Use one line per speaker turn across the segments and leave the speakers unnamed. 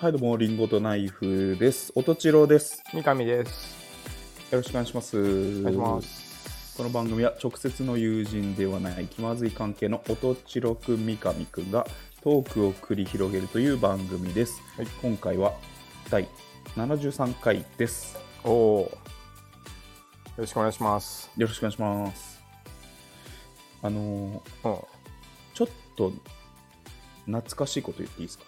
はい、どうも、リンゴとナイフです。おとちろです。
三上です。
よろしくお願いします。お
お願いします。
この番組は直接の友人ではない気まずい関係のおとちろくん、三上くんがトークを繰り広げるという番組です。
はい
今回は第73回です。
おおー。よろしくお願いします。
よろしくお願いします。あのー
うん。
ちょっと懐かしいこと言っていいですか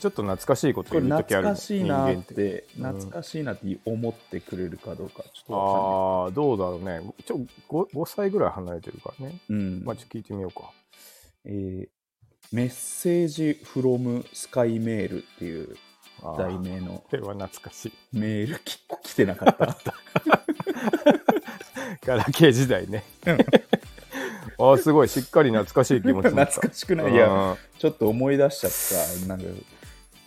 ちょっと懐かしいこと
これ
言うときあ
懐
る
かしいなーっ。
人間
て、懐かしいなって思ってくれるかどうか、ちょっとわかんない
ああ、どうだろうね。ちょ、5, 5歳ぐらい離れてるからね。
うん
まあ、ちょっと聞いてみようか。
えーメッセージフロムスカイメールっていう
あー
題名の
これは懐かしい。
メールき来てなかった。
ガラケー時代ね。 ああ、すごい。しっかり懐かしい気持ちに
懐
なった。
かしくない。いや、
や、
ちょっと思い出しちゃった。なんか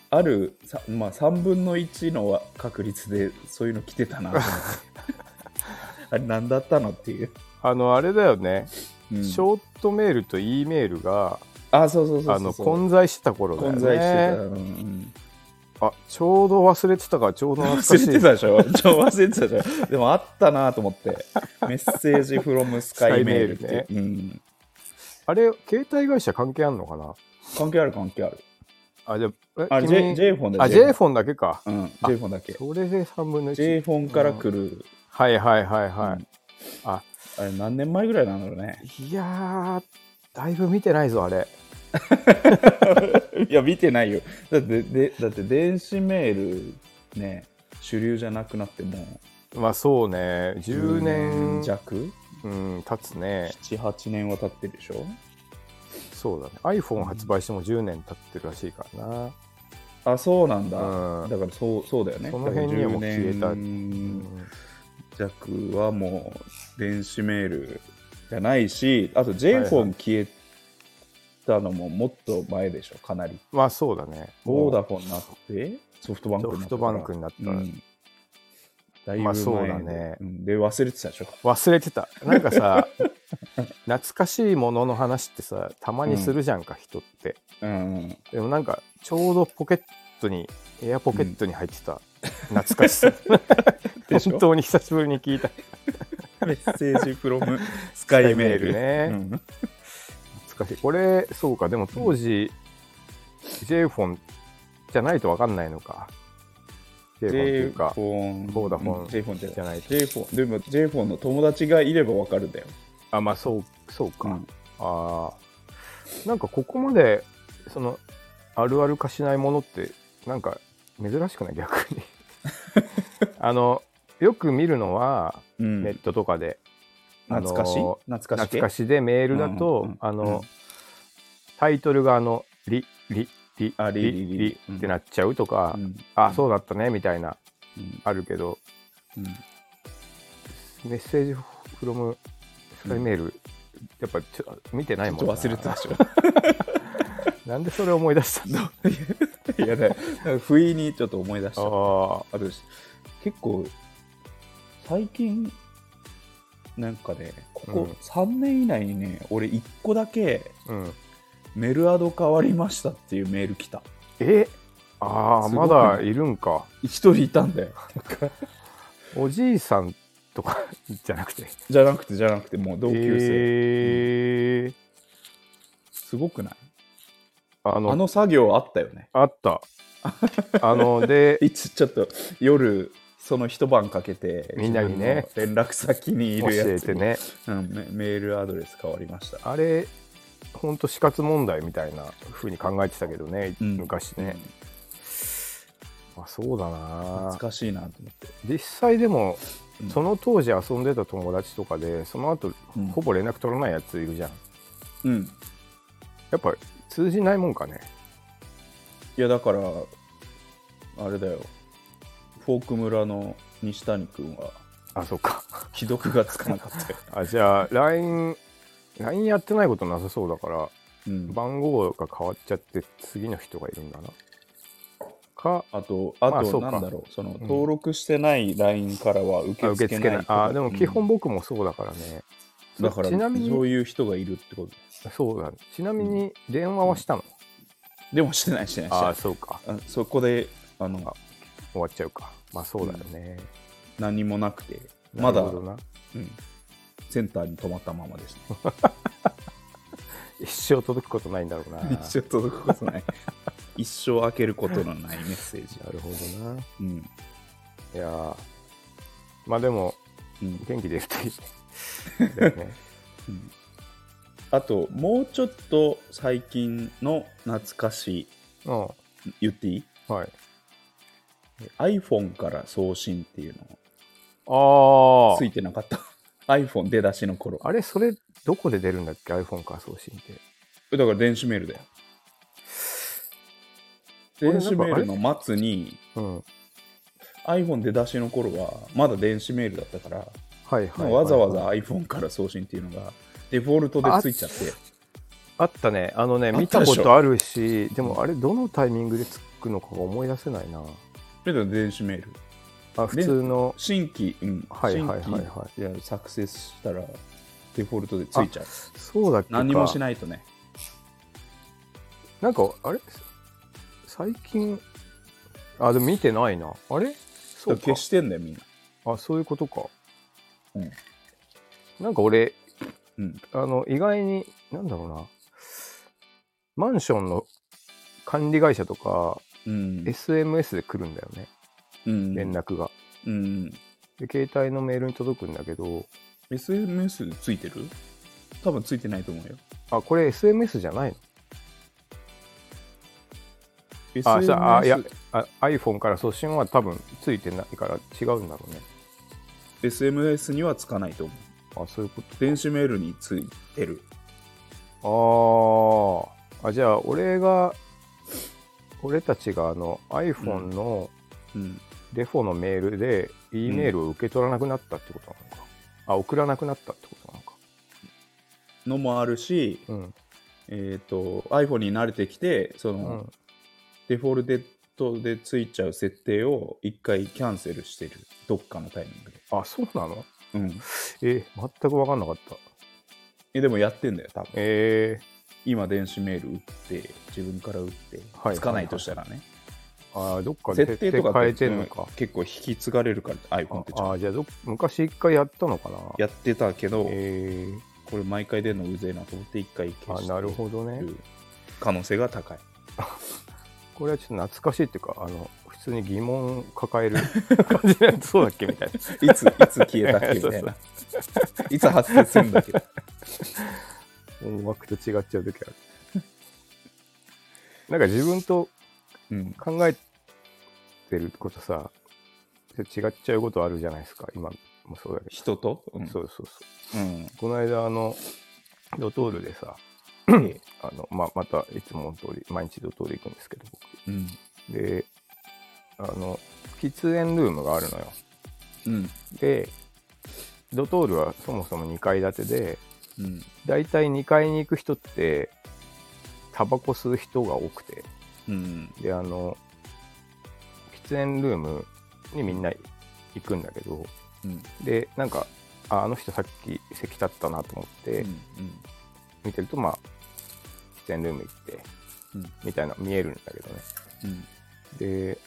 ある、さまあ、3分の1の確率でそういうの来てたなと思ってあれ何だったのっていう。
あの、あれだよね。
うん
ショートメールと E メールが、
あ、そうそうそう
あ
そう
の、
そう。
混在してた頃だよね。
混在してた。うんうん
あちょうど忘れてたからちょうど懐かし
忘
い
れてたでしょちょ忘れてたでしょでもあったなと思って。メッセージフロムスカイメールって。
スカイ
うん
あれ携帯会社関係あんのかな
関係ある関係ある。
あじゃあ
あ、
え
J,
君
J フォンだ
あ J フォンだけか
ォン。うん、
あ
J フォンだけ。
それで3分の
J
1
フォンから来る、
はいはいはいはい、あ
あれ何年前ぐらいなんだろうね。
いやーだいぶ見てないぞあれ
いや、見てないよ。だって、でだって電子メールね、主流じゃなくなってもう
まあそうね10年
弱
うん経つね
?7、8年は経ってるでしょ
そうだね iPhone 発売しても10年経ってるらしいからな
あ、そうなんだ。
うん
だからそうそうだよね。
その辺にはもう消えた
だから10
う
年
ん
弱はもう電子メールじゃないし、あと J フォン消えたのももっと前でしょ、かなり。
まあそうだね
ボーダフォンになって、ソフトバンクになったから。
ソフトバンクになった
うんだいぶ前で、
まあそうだね
んで、忘れてたでしょ。
忘れてたなんかさ 懐かしいものの話ってさたまにするじゃんか、人って
うん。
でもなんかちょうどポケットにエアポケットに入ってた、懐かしさ
でしょ
本当に久しぶりに聞いた
メッセージフロムスカイメール。
スカイメール
ね。
懐かしいこれそうかでも当時、J フォンじゃないと分かんないのか J
J
フォンっていう
フォ
か
ン。
ボーダフォン
うん J フォンじ
じ
ゃ
ゃ
な
ない
い。
と
J フォン。でも J フォンの友達がいればわかるんだよ。
あまあそうそうか、
うん
あーなんかここまでそのあるある化しないものってなんか珍しくない逆 にあのよく見るのは
うん
ネットとかで、あの
懐かしい懐かし系
懐かしでメールだと、
うんうんうん
あ
うん
の、タイトルがあの「リリリ
あリ
リ
リリ
リ
う
リ
ん
ってなっちゃうとか「
うん
あそうだったね」みたいな
うん
あるけど
うん
メッセージフロムスカイメール、やっぱちょ見てない
ちょっ
も
と
ん
忘れてたでし
なんでそれ思い出したんだ
ょ いやだから不意にちょっと思い出し
あ
たあ
ー
と結構最近なんかねこ
う
こ
ん
3年以内にね、俺1個だけ
うん、
メルアド変わりましたっていうメール来た
えああ
すご
ま
くない
だいるんか
一人いたんだよ
おじいさんとか じゃなくて
じゃなくてじゃなくてもう同級生、
えー
すごくない
あの
あの作業あったよね
あった あので
いつちょっと夜その一晩かけて
みんなにね
自分の連絡先にい
教
るやつに
えてね
うん、メメールアドレス変わりました。
あれほんと死活問題みたいな風に考えてたけどね、
うん
昔ね、あそうだな
懐かしいなと思って。
実際でも
うん
その当時遊んでた友達とかでその後、
うん
ほぼ連絡取らないやついるじゃん
うん。
やっぱ通じないもんかね
いや、だから、あれだよ。フォーク村の西谷君は、
あそっか
既読がつかなかった よ。
あじゃあ LINE, LINE やってないことなさそうだから
うん。
番号が変わっちゃって次の人がいるんだなか
あと、あ
まあそ
と、
うか
なんだろう、その、
ん
登録してない LINE からは受
あ
け
受
付
け
け
付
ない
けない
とか
あでも基、
う
本
ん
僕もそうだからね、
だから、
ちなみに
そういう人がいるってこと。
そうだちなみに電話はしたの、
でもしてないしてないして
あ
な
あ
い
そうか
あそこであの
あ終わっちゃうかまあそうだよね、
何もなくてまだ
なるほどな
うん、センターに止まったままでした
一生届くことないんだろうな
一生届くことない一生開けることのないメッセージ、
なるほどな
うん
いやーまあでも
うん
元気でいるといいだよね
うんあともうちょっと最近の懐かし
う
い言っていい
んはい
iPhone から送信っていう
あ
のついてなかった iPhone 出だしの頃
ああれそれどこで出るんだっけ iPhone から送信って
だから電子メールだよ
俺
電子メールの末に
うんはい
iPhone 出だしの頃はまだ電子メールだったから、
はいはい、
わざわざ iPhone から送信っていうのがデフォルトでついちゃって
あったねあのね
あっ
見
た
た
でしょ
ことあるしでもあれどのタイミングでつくのかが思い出せないな
それで電子メール
あ普通の
新規、うん、
はいはいはいは
新規いや作成したらデフォルトでついちゃう
そうだっけか
何もしないとね
なんかあれ最近あでも見てないなあれそ
だ
う
から消
か
してんだよみんな
あそういうことか
うん
なんか俺
うん
あの意外になんだろうなマンションの管理会社とか
うん、
SMS で来るんだよね
うん
連絡が、
うん、
で携帯のメールに届くんだけど
SMS ついてる多分ついてないと思うよ
あこれ SMS じゃないのあ
SMS
そうあいやあ iPhone から送信は多分ついてないから違うんだろうね
SMS にはつかないと思う
あそういうこと
電子メールについてる
あーあじゃあ俺が俺たちがあの iPhone の
うん
レフォのメールで E メールを受け取らなくなったってことなのか、あ送らなくなったってことなのか
のもあるし、
うん
えっと iPhone に慣れてきてその、
うん
デフォルトでついちゃう設定を一回キャンセルしてるどっかのタイミングで
あそうなの
うん
え全く分かんなかった
えでもやってんだよ多分
え
今電子メール打って自分から打って、
はい
つかないとしたらね
ー、あーどっかで
設定とか
変
っ
えてんの
う
か
ん結構引き継がれるから iPhone ってちょっと
ああじゃあど昔一回やったのかな
やってたけど、
えー、
これ毎回出るのうぜえなと思って一回消
あ
して
なるほどね
る可能性が高い
これはちょっと懐かしいっていうかあの普通に疑問抱 える感じのやつそうだっけみたいない
つい つ消えたっけみたいないつ発生するんだ っけど
思惑と違っちゃう時ある なんか自分と
うん
考えてることさ違っちゃうことあるじゃないですか今もそうだけ
人と、う
ど、
ん
そうそうそう
うん
この間あのドトールでさあの、ままたいつもの通り毎日ドトール行くんですけど
うん
僕であの喫煙ルームがあるのよ
うん
でドトールはそもそも2階建てで
うん
だいたい2階に行く人ってタバコ吸う人が多くて
うん
であの喫煙ルームにみんな行くんだけど
うん
でなんかああの人さっき席立ったなと思っ
う
て
ん
見てるとまあ喫煙ルーム行って
うん
みたいな見えるんだけどね
うん
で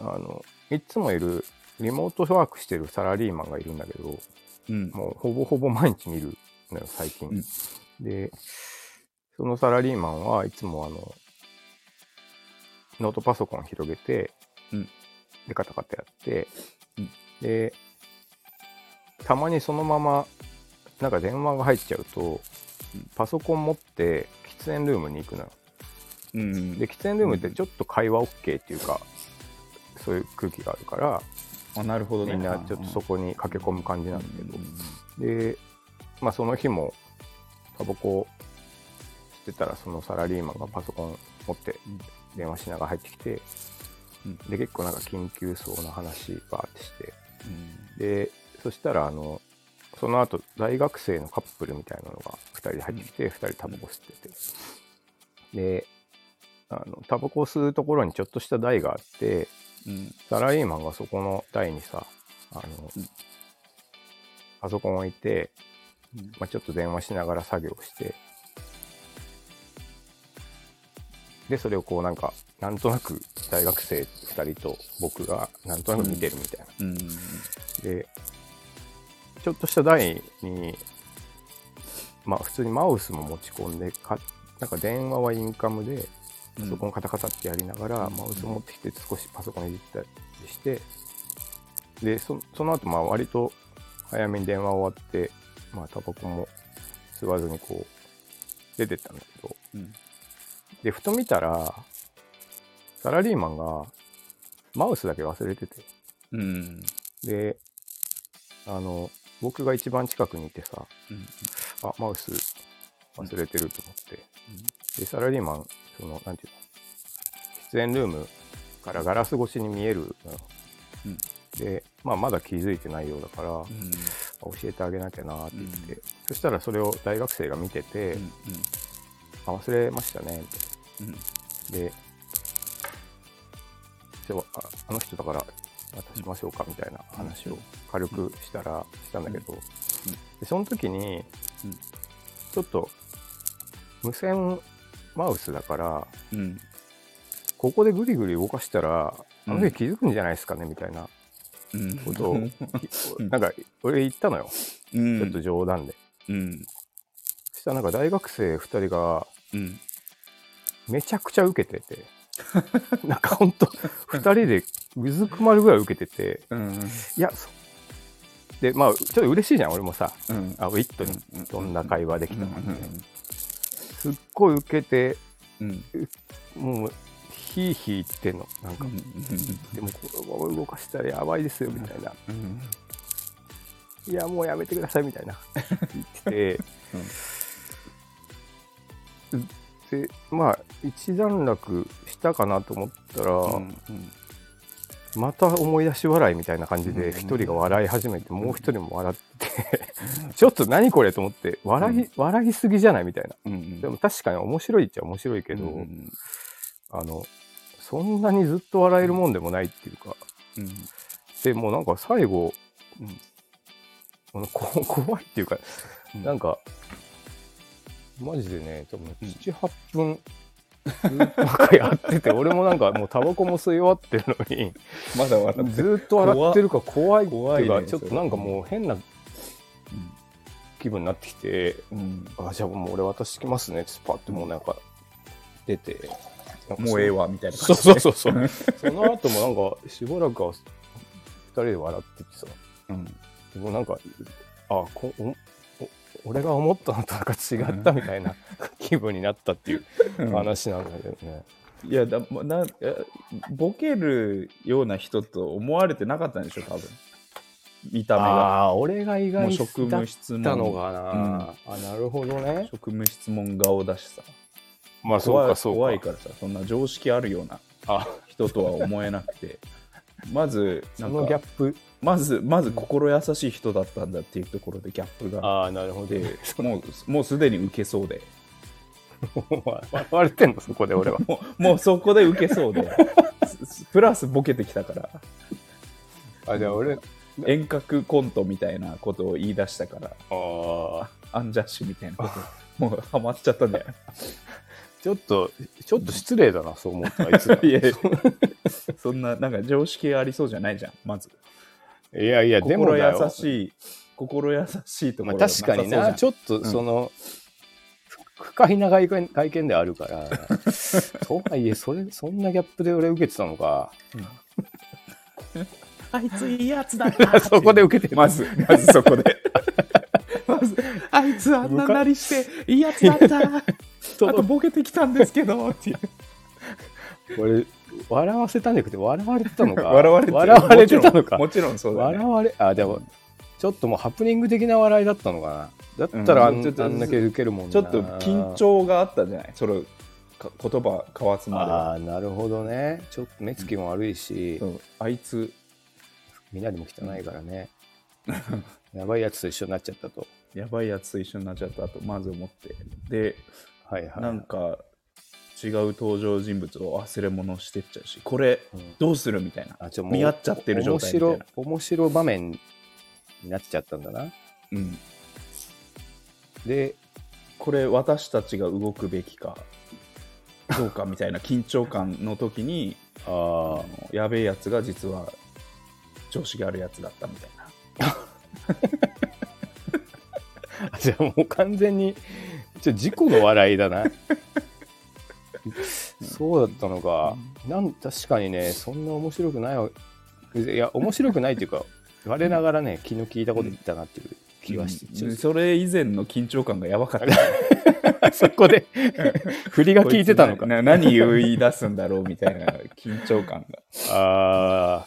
あのいつもいるリモートワークしてるサラリーマンがいるんだけど
うん
もうほぼほぼ毎日見るのよ最近、
うん
でそのサラリーマンはいつもあのノートパソコン広げて、
うん
でカタカタやって、
うん
でたまにそのままなんか電話が入っちゃうと、
うん
パソコン持って喫煙ルームに行くのよ
うん
で喫煙ルームってちょっと会話 OK っていうか、そういう空気があるから
あなるほどね
みんなちょっとそこに駆け込む感じなんだけど、
うん
で、まあ、その日もタバコ吸ってたらそのサラリーマンがパソコン持って
うん
電話しながら入ってきて、
うん
で結構なんか緊急そうな話バーってして
うん
でそしたらあのその後大学生のカップルみたいなのが2人で入ってきて、2人タバコ吸っててであのタバコを吸うところにちょっとした台があって
うん
サラリーマンがそこの台にさあの、
うん
パソコン置いて
うん
まあ、ちょっと電話しながら作業してでそれをこうなんかなんとなく大学生2人と僕がなんとなく見てるみたいな、
うん。
でちょっとした台にまあ普通にマウスも持ち込んでかなんか電話はインカムでパソコンカタカタってやりながら、
うん
マウス持ってきて少しパソコンいじったりしてでそその後まあ割と早めに電話終わってまあタバコも吸わずにこう出てったんだけど
うん。
でふと見たらサラリーマンがマウスだけ忘れてて
うん。うん。
であの僕が一番近くにいてさ
うん
あマウス忘れてると思って、でサラリーマンそのなんていうの喫煙ルームからガラス越しに見えるのよ、
うん
で、まあ、まだ気づいてないようだから、
う
あ
ん。
教えてあげなきゃなって言って、
う
そしたらそれを大学生が見てて
うん。うん
「あ忘れましたね」みたい
うん。
なでそうああの人だから渡しましょうかみたいな話を軽くしたら、したんだけど、でその時に、
うん
ちょっと無線マウスだから
うん。
ここでぐりぐり動かしたらあ
うん
の人気づくんじゃないですかねみたいな
うん。
ことを、
うん
なんか俺言ったのよ、
うん。
ちょっと冗談で
うん。
そしたらなんか大学生2人が
うん。
めちゃくちゃ受けて てなんかほんと2人でうずくまるぐらい受けてて
うん。
いやそうでまあちょっと嬉しいじゃん俺もさ
うん。
あウィットに
うん
どんな会話できたかって、
う
すっごい受けて
ん。
もうヒーヒー言ってんのなんか、でもこのまま動かしたらやばいですよみたいな、
うん。
いやもうやめてくださいみたいな言ってて、でまあ一段落したかなと思ったら、
うん。
また思い出し笑いみたいな感じ
うん
で一人が笑い始めて、もう一人も笑って てちょっと何これと思って笑い,、
うん
笑いすぎじゃないみたいな
うん。
でも確かに面白いっちゃ面白いけど、
うん。
あのそんなにずっと笑えるもんでもないっていうか
うん。
でもうなんか最後、
うん
あのこ 怖いっていうか
うん
なんか、マジでね、多分
うん
7、8分、ずっとなんかやっ てて、俺もなんかもうタバコも吸い終わってる
まだ
の
笑っ
に、
て
ず
る。
ーっと笑ってるから怖いって
怖
い
いう
か、
ね
ちょっとなんかもう変な気分になってきて、
うん。
あ、じゃあもう俺渡してきますねって、パッてもうなんか出て、なんか
もうええわ、みたいな感
そう。
じ。
そうそうそう。その後もなんかしばらくは2人で笑っててさ、
うん。
でもなんかあこおお俺が思ったのとなんか違ったみたいな気分になったっていう話なんだけどね。
いやだまなえボケるような人と思われてなかったんでしょ多分見た目が
ああー俺が意
も
外
う
だ
職務
っ
質問
たのかな、あなるほどね。
職務質問顔だしさ
ま
怖い怖いからさそんな常識あるような
あ
人とは思えなくて まずな
そ
ん
のギャ
か
ップ
まずまず心優しい人だったんだっていうところでギャップがあ
ああなるほ
っ
ど。
てもうもうすでに受けそうで
笑われてんのそこで俺 は。
もうもうそこで受けそうで すプラスボケてきたから
あじゃあ俺あ
遠隔コントみたいなことを言い出したから
ー
アンジャッシュみたいなこともうハマっちゃったんじゃ ない
ちょっとちょっと失礼だなそう思 ったあいつら
いやいやそんななんか常識ありそうじゃないじゃんまず
いやいやでも
心
だよ
優しい心優しいとこ
まあ、
ろ
確かになち
ょ
ょっとその、不不快な外見外見ではあるから とはいえそれそんなギャップで俺受けてたのか
あいついいやつだった
そこで受けて
まずまずそこで まずあいつあんななりしていいやつだったあとボケてきたんですけ どっていう
俺笑わせたんじゃなくて笑われてたのか
笑われて
笑われてたのか
もちろんもちろんそうだ、ね、
笑われあでもちょっともうハプニング的な笑いだったのかなだったらあん,、
うんちょっと
あんだけ受けるもんな
ちょっと緊張があったんじゃないそれか言葉交わすまでは
ああなるほどねちょっと目つきも悪いし、
そうあいつ
みんなでも汚いからねやばいやつと一緒になっちゃったと
やばいやつと一緒になっちゃったとまず思ってで
はいはい
なんか違う登場人物を忘れ物してっちゃうしこれ
うん
どうするみたいな
あちょもう
見合っちゃってる状態みたいな、
面白面白場面になっちゃったんだな
うん、
で
これ私たちが動くべきかどうかみたいな緊張感の時にあ
あ
のやべえやつが実は調子があるやつだったみたいな
あ。じゃあもう完全に、ちょ事故の笑いだな。そうだったのか。なん確かにね、そんな面白くないわ。いや、面白くないというか、我ながらね、気の利いたこと言ったなっていう気はして、ちょ
う
っ
ん
と
それ以前の緊張感がやばかった
そこで 振りが効いてたのか
こいつ。なな何言い出すんだろうみたいな緊張感が
あ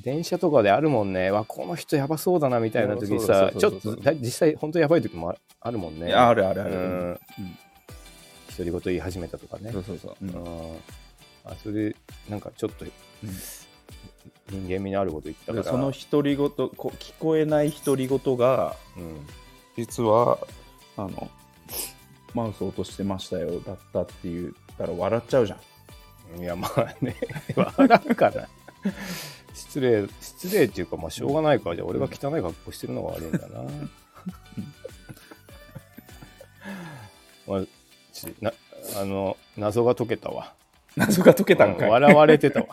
ー電車とかであるもんね。わ、この人やばそうだなみたいな時さ、
そう
ち
そう
ょ
そ
っ
うそう
とだ実際本当やばい時もああるもんね。
い やあるあるあ
う
る、
ん。
うん
独り言言い始めたとかね
そ。うそうそう、う
うんん。あ、それで、なんかちょっと人間味のあること言った
だ
か
から
ら。
その独り言こ聞こえない独り言が
うん。
実はあのマウス落としてましたよだったって言ったら笑っちゃうじゃん
いや、まあね、 笑うから。失礼、失礼っていうか、まあ、しょうがないから、じゃあ俺が汚い格好してるのが悪いんだな。 まあ、ちなあの、謎が解けたわ。
謎が解けたんかい、
うん笑わ れてたわ。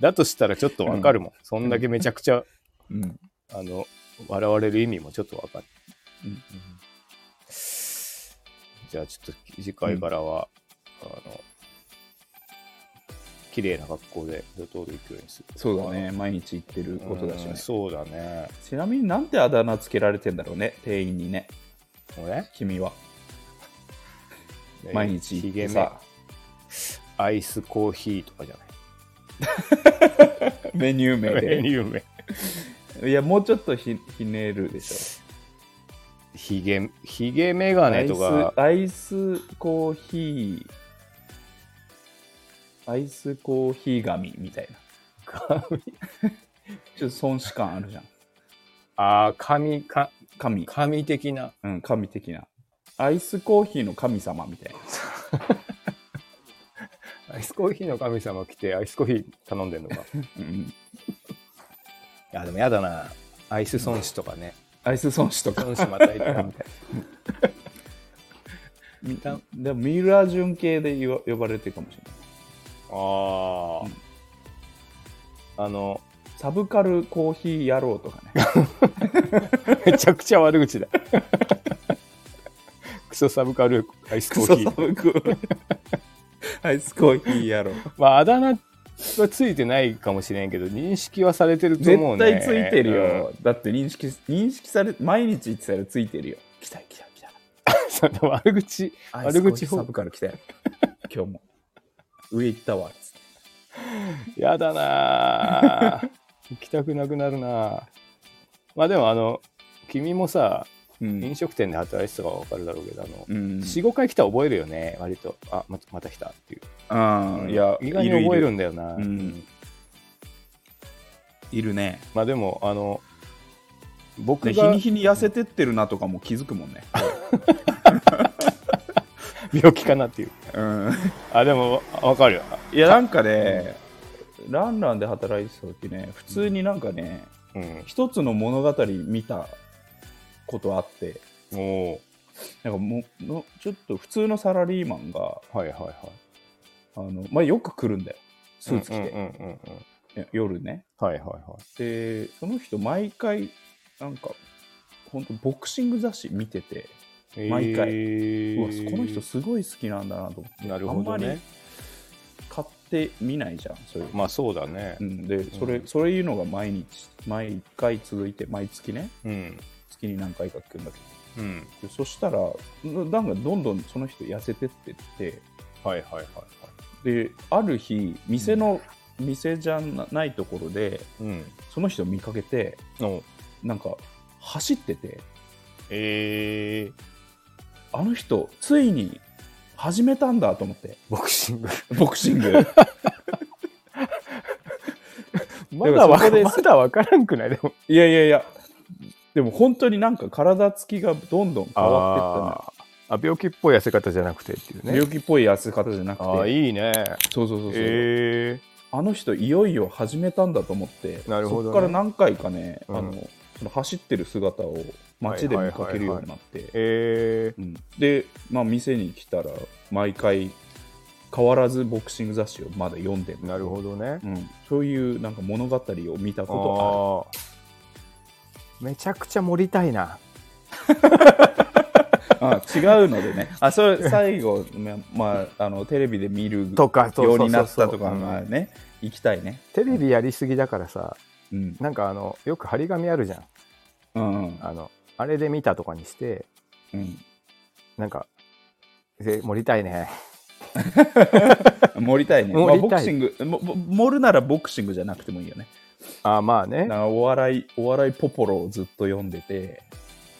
だとしたらちょっとわかるもん。そんだけめちゃくちゃ、
うんうん
あの、笑われる意味もちょっとわかる。
うん
じゃあちょっと次回からは、あの、綺麗な格好でドトール行くようにする。
そうだね毎日言ってることだし
うん
ね
そうだね。
ちなみになんてあだ名つけられてんだろうね店員にね
俺
君は毎日
ひ
言っ
げ
て
め
さ
アイスコーヒーとかじゃ
メニュー
な
名
い。 メニ
で
ュー名。
いやもうちょっとひひねるでし
ひげ、ひげメ
ょ
ガ
ア
ネ
イ
と
ス
か、
アイスコーヒーアイスコーヒー紙みたいな ちょっと損視感あるじゃん
ああ、神、か
神、
神的な。
うん、神的なアイスコーヒーの神様みたいな
アイスコーヒーの神様来て、アイスコーヒー頼んでんのか。
う
い
ん
や、でもやだな。アイス孫子とかね。
アイス損視とか
孫子またいたみたいな。
みでもミラージュン系で言わ呼ばれてるかもしれない
ああ、あの、
サブカルコーヒー野郎とかね
めちゃくちゃ悪口だ。 クソサブカルアイス
ク
コ
ソ
ーヒ
サ
ー。
ブク アイスコーヒー野郎
まあ、あだ名はついてないかもしれんけど、認識はされてると思う
絶
ね。
対ついてるよ、だって認識認識され毎日言ってたらついてるよ来た来た来た
うん。その悪口、
アイ
悪
スコー
口
ヒーサ
方
ブから来たよ 今日も上行ったわつって
やだなぁ行きたくなくなるなぁまあでも、あの、君もさ、
うん
飲、食店で働いてたからわかるだろうけど、あの、
うん、
四五45回来たら覚えるよね割とあまたまた来たっていう、
あーいや
意外
いるいる
に覚えるんだよな
うんいるね
まあでもあの僕
ね日
が
に日に痩せてってるなとかも気づくもんね、
病気かなっていう
うん、
あでもわわかるよ
いやなんかね、ランランで働いてた時ね普通になんかね、
うん
一つの物語見たことあって
お
なんかもうのちょっと普通のサラリーマンが
おはいはいはい
あの、まあ、よく来るんだよスーツ着て、
うんうんうんうんうん
え夜ね
はいはいは
でその人毎回なんか本当ボクシング雑誌見てて、
い
毎回
えー
うわこの人すごい好きなんだなと思って
なるほど
あんまり
ね
買ってみないじゃんそういう
まあそうだね
うん、でそれ、
うん
そういうのが毎日毎回続いて毎月ね
うん
月に何回か来るんだけ
うん
どでそしたらななんかどんどんその人痩せてってって
はいはいはいはい
である日店の、店じゃないところで
うん
その人を見かけて
お
なんか走ってて
えー、
あの人ついに始めたんだと思って
ボクシング
ボクシン グ
まだわ
そ
か
こで
まだわからんくないでも
いやいやいやでも本当になんか体つきがどんどん変わってっ
あーあ病気っぽい痩せ方じゃなくてっていう
たの
ね
よ、病気っぽい痩せ方じゃなく
ああ
て
いいね
そうそうそうそう、
え
あの人いよいよ始めたんだと思って
なるほどね
そこから何回かね、
うん
あのその走ってる姿を街で見かけるようになって、
え
うんで、まあ、店に来たら毎回変わらずボクシング雑誌をまだ読んでる
ー、なるほどね。
うん、そういうなんか物語を見たこ
あーめちゃくちゃ盛りたいな。
とあるあ違うので ねあそれ最後、ままあ、あのテレビで見る
とか、そう
よ
そううそうそう
になったとか
うん
まあね行きたいね、
テレビやりすぎだからさ、
うん
なんかあの、よく張り紙あるじゃん。
うんうん
あの、あれで見たとかにして、
うん、
なんか、で盛りたいね。
盛りたいね、まあ、
盛
ボ
りた
ク
い
シングもも盛るならボクシングじゃなくてもいいよね
あーまあね。
なんかお笑いお笑いポポロをずっと読んでて、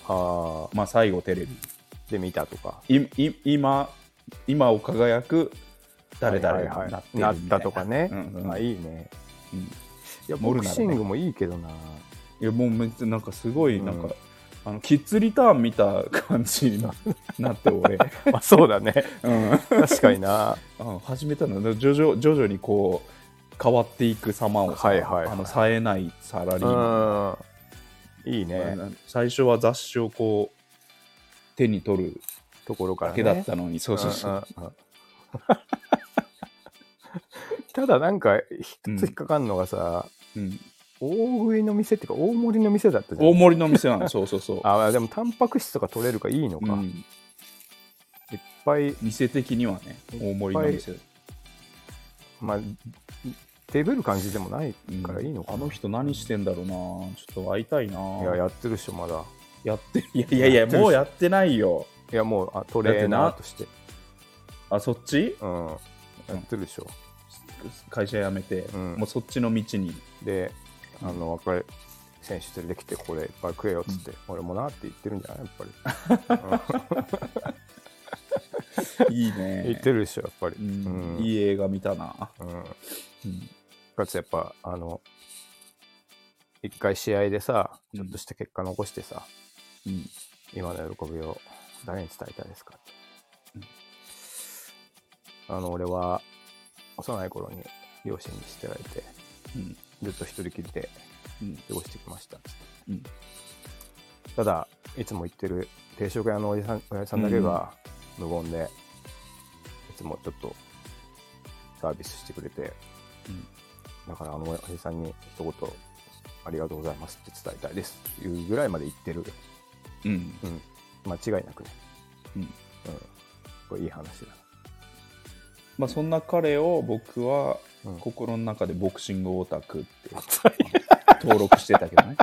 あ
まあ、最後テレビ
ーで見たとか。
いい今今を輝く誰々
はい
に
はい
な
は
ってる
い
みた
なっ
いな
たとかね。
うんうん
あいいね。
うん
いや、
盛
ボ
る
ク
なら
シ
ね
ングもいい けどな。
いやもうめっちゃなんかすごいなんか、
うん
あのキッズリターン見た感じにな なって俺、
まあそうだね。
うん、
確かにな。
うん始めたの徐々徐々にこう変わっていく様をさ、
はいはいはい
あの冴えないサラリーマン
うん。いいね。
最初は雑誌をこう手に取る
ところから
だ
ね。
けだったのに、そうそうそう、
うんうんうん ただなんか一つ引っかかんのがさ、
うん
大食いの店っていうか大盛りの店だったじゃ
大
ん
盛りの店な のそうそうそう、
あでもタンパク質とか取れるからいいのか、
う
いっ
ん
ぱい
店的にはね大盛りの店
まあ出ぶる感じでもないからいいのか
あ
な、
の人何してんだろうなちょっと会いたいない
ややってるっしょまだ
やってる いやいやいやもうやってないよ
いやもうあトレーナーとして
あそっち
うんやってるでしょ
会社辞めて、
うん
もうそっちの道に
であの若い選手連れてきてこれいっぱい食えよっつって、俺もなって言ってるんじゃないやっぱり、うん
いい ね
言ってるでしょやっぱり、
うん
うん
いい映画見たな、
うん
うん
かつやっぱあの一回試合でさ
うん
ちょっとした結果残してさ、
うん
今の喜びを誰に伝えたいですかって、あの俺は幼い頃に両親に捨てられて
うん
ずっと一人きりで
うん
過ごしてきましたっつって
うん
ただいつも言ってる定食屋のおじさんおやじさんだけが無言で、いつもちょっとサービスしてくれて
うん
だからあのおじさんに一言ありがとうございますって伝えたいですっていうぐらいまで言ってる、
うん
うん、間違いなくね、
うん
うん、これいい話だ
まあ、そんな彼を僕は
うん
心の中でボクシングオタクって登録してたけど ね。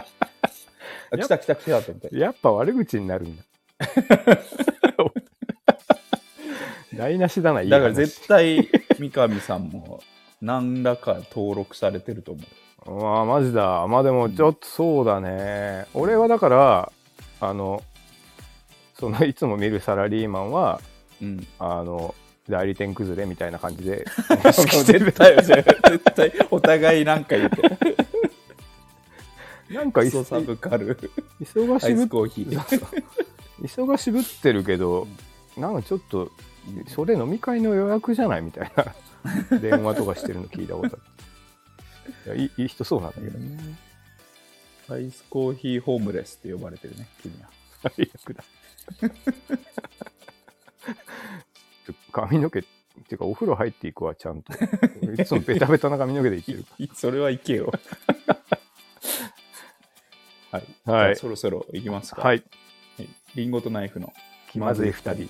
あ来た来た来たと思って。
やっぱ悪口になるん だ台無しだないい
だ
話
から絶対三上さんも何らか登録されてると思
うわあマジだまあでもちょっとそうだね、俺はだからあのそのいつも見るサラリーマンは
う。うん、
あの代理店崩れみたいな感じ で
絶対絶対お互いなんか言 って
なんか
ク
い
ソサブカル
忙
ア
し
イ
ぶ
ス
っ
コーヒー
忙しぶってるけどなんかちょっとそれ飲み会の予約じゃないみたい な電話とかしてるの聞いたことあるいやいいいい人そうなんだけどね
アイスコーヒーホームレスって呼ばれてるね君は
最悪だちょっと髪の毛っていうかお風呂入っていくわちゃんといつもベタベタな髪の毛でいってるか
いそれは行けよはい、
らは
じゃあ
い
そろそろ行きますか
はい
はいリンゴとナイフの
気まずい二人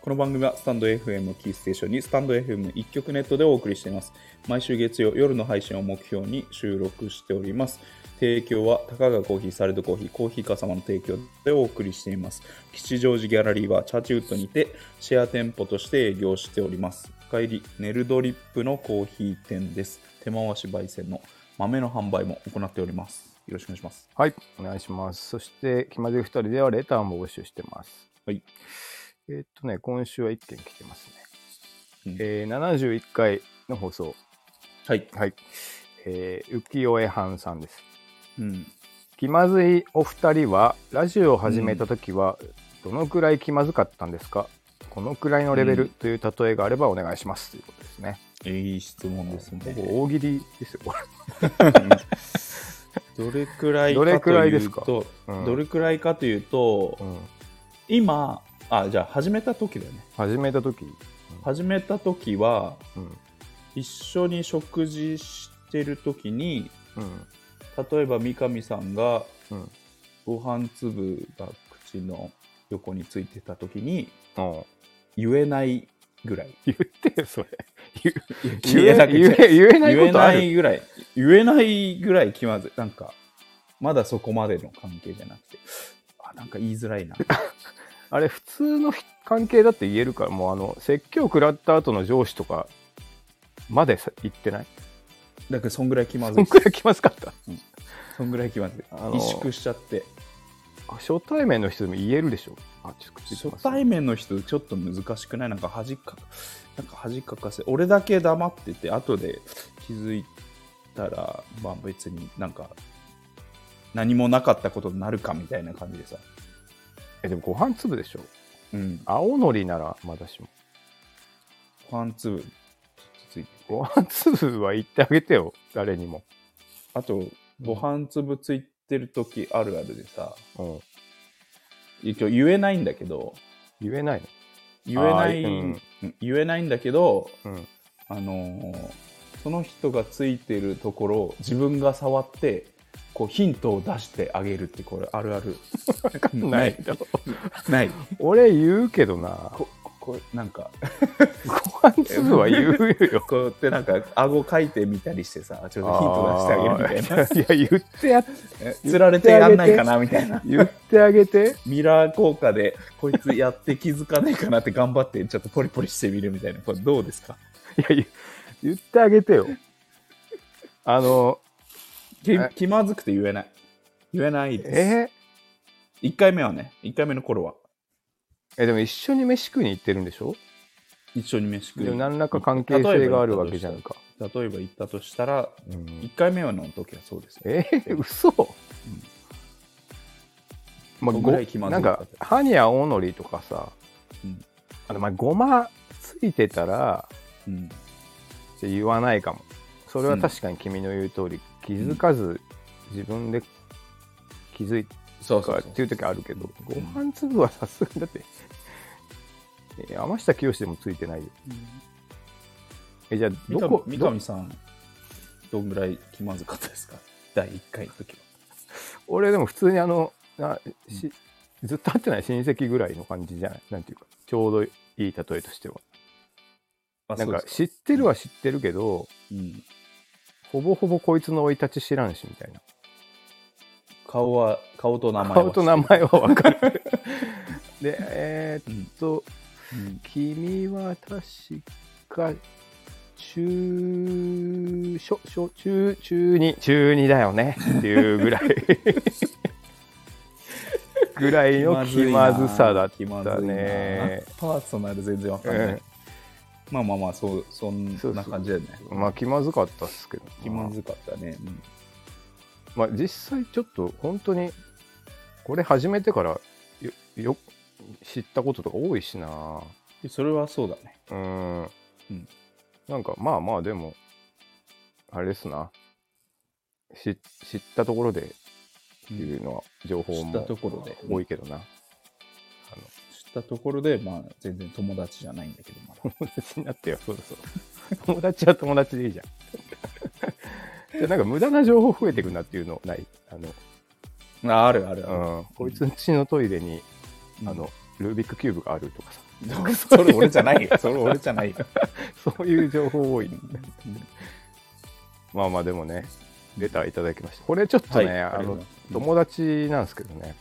この番組はスタンド FM をキーステーションにスタンド FM 一曲ネットでお送りしています。毎週月曜夜の配信を目標に収録しております。提供は高がコーヒー、サルドコーヒー、コーヒーかさまの提供でお送りしています。吉祥寺ギャラリーはチャーチウッドにてシェア店舗として営業しております。帰り、ネルドリップのコーヒー店です。手回し焙煎の豆の販売も行っております。よろしくお願いします。
はいお願いしますそして気まずい二人ではレターも募集してます
はい
えーっとね今週は一件来てますね、
うん
えー、71回の放送
はい。
はい、えー、浮世絵藩さんです
うん。
気まずいお二人はラジオを始めた時はどのくらい気まずかったんですか、このくらいのレベ
う
ル
ん
という例えがあればお願いしますということですね。
いい質問です
ほ
ね。
ぼ大喜利ですよ、こ
どれくらい
どれ
かと
くらい
い
です
う
か
と、
れ。うん
どれくらいかというと
う、ん、
今、あ、じゃあ始めた時だよね。
始めた時、
始めた時は、
うん
一緒に食事してる時に、
うん
例えば三上さんが
うん
ご飯粒が口の横についてた時に
うん、
言えないぐらい
言ってよそれ 言
言えなくて
言え言えない
言
こ
え
とあ
な
る
いぐらい言えないぐらい気まずいなんかまだそこまでの関係じゃなくてあなんか言いづらいな
あれ普通の関係だって言えるからもうあの説教食らった後の上司とかまでさ言ってない
だからそんぐらい気ま
そ
ず
ん
い
くらい気まずかった
そんぐらい気まずい
あの
萎縮しちゃって
初対面の人でも言えるでしょあちょっとくっついて
初
ます
対面の人ちょっと難しくないなんか恥かなんか恥かかせ俺だけ黙ってて後で気づいたらまあ別になんか何もなかったことになるかみたいな感じでさ、
えでもご飯粒でしょ
うん、
青のりならまだしも
ご飯粒ついて
ご飯粒は言ってあげてよ誰にも、
あとご飯粒ついてる時あるあるでさ
うん、
一応言えないんだけど
言えない
言えない、
あー
言えないんだけど
のうん
あのーその人がついてるところを自分が触ってこうヒントを出してあげるってこれあるある
ないだろ
ない
俺言うけどな
ここうなんか
ご飯粒は 言うよ
こうやってなんか顎書いてみたりしてさちょっとヒント出してあげるみたいな
あーいや言ってや
え 釣られてやんないかなみたいな
言ってあげて
ミラー効果でこいつやって気づかないかなって頑張ってちょっとポリポリしてみるみたいなこれどうですか
いや言言ってあげてよあの
気
え
気まずくて言えない言えないです
え
1回目はね1回目の頃は
えでも一緒に飯食いに行ってるんでしょ
一緒に飯食い
でも何らか関係性があるわけじゃんか、
例えば行ったとしたら
うん
1回目の時はそうですよ
えー、嘘、まあ、
そんぐ
ご
らい気まず
ないんか歯に青のりとかさ、
うん
あのまあごまついてたら
うん
って言わないかもそれは確かに君の言う通り、気づかず自分で気づい
そう
か
そう
っ
そう
ていう時あるけどご
ん
飯粒はさすがにだってえ山下清でもついてないよえじゃあ
三
ど
上
こ
三
ど
上さんどんぐらい気まずかったですか第1回の時は
俺でも普通にあのなしずっと会ってない親戚ぐらいの感じじゃないなんていうかちょうどいい例えとしては
あ
なん
そう
か
です
知ってるは知ってるけど
うん
ほぼほぼこいつの生い立ち知らんしみたいな
顔は顔と名前は
顔と名前は分かる でえ
うん
ーっと
うん
君は確か中小小中中二中二だよねっていうぐら いぐらいの気まずさだっ
気まずいな
たね。
パーソナル全然わかんない、
うん
まあまあまあそうそん
そうそ
な
う
感じだよね
まあ気まずかったっすけど
気まずかったね、うん
まあ、実際ちょっと本当にこれ始めてからよよ知ったこととか多いしな
それはそうだね
うーん
うん
なんかまあまあでもあれですなし知ったところでっていうのは情報
知った
も
ところで
多いけど な、
知ったところで、まあ、全然友達じゃないんだけど、まだ。
友達になってよそうそう友達は友達でいいじゃん じゃあなんか無駄な情報増えてくなっていうのない あ
ああるあるある。
の、うん、こいつんちのトイレに
うん
あの、ルービックキューブがあるとかさ、
それ俺じゃないよ。それ俺じゃないよ。
そういう情報多い。まあまあでもね、レターいただきました。これちょっとね、
はい
あ
ありがとうござ
の
います、
友達なんですけどね、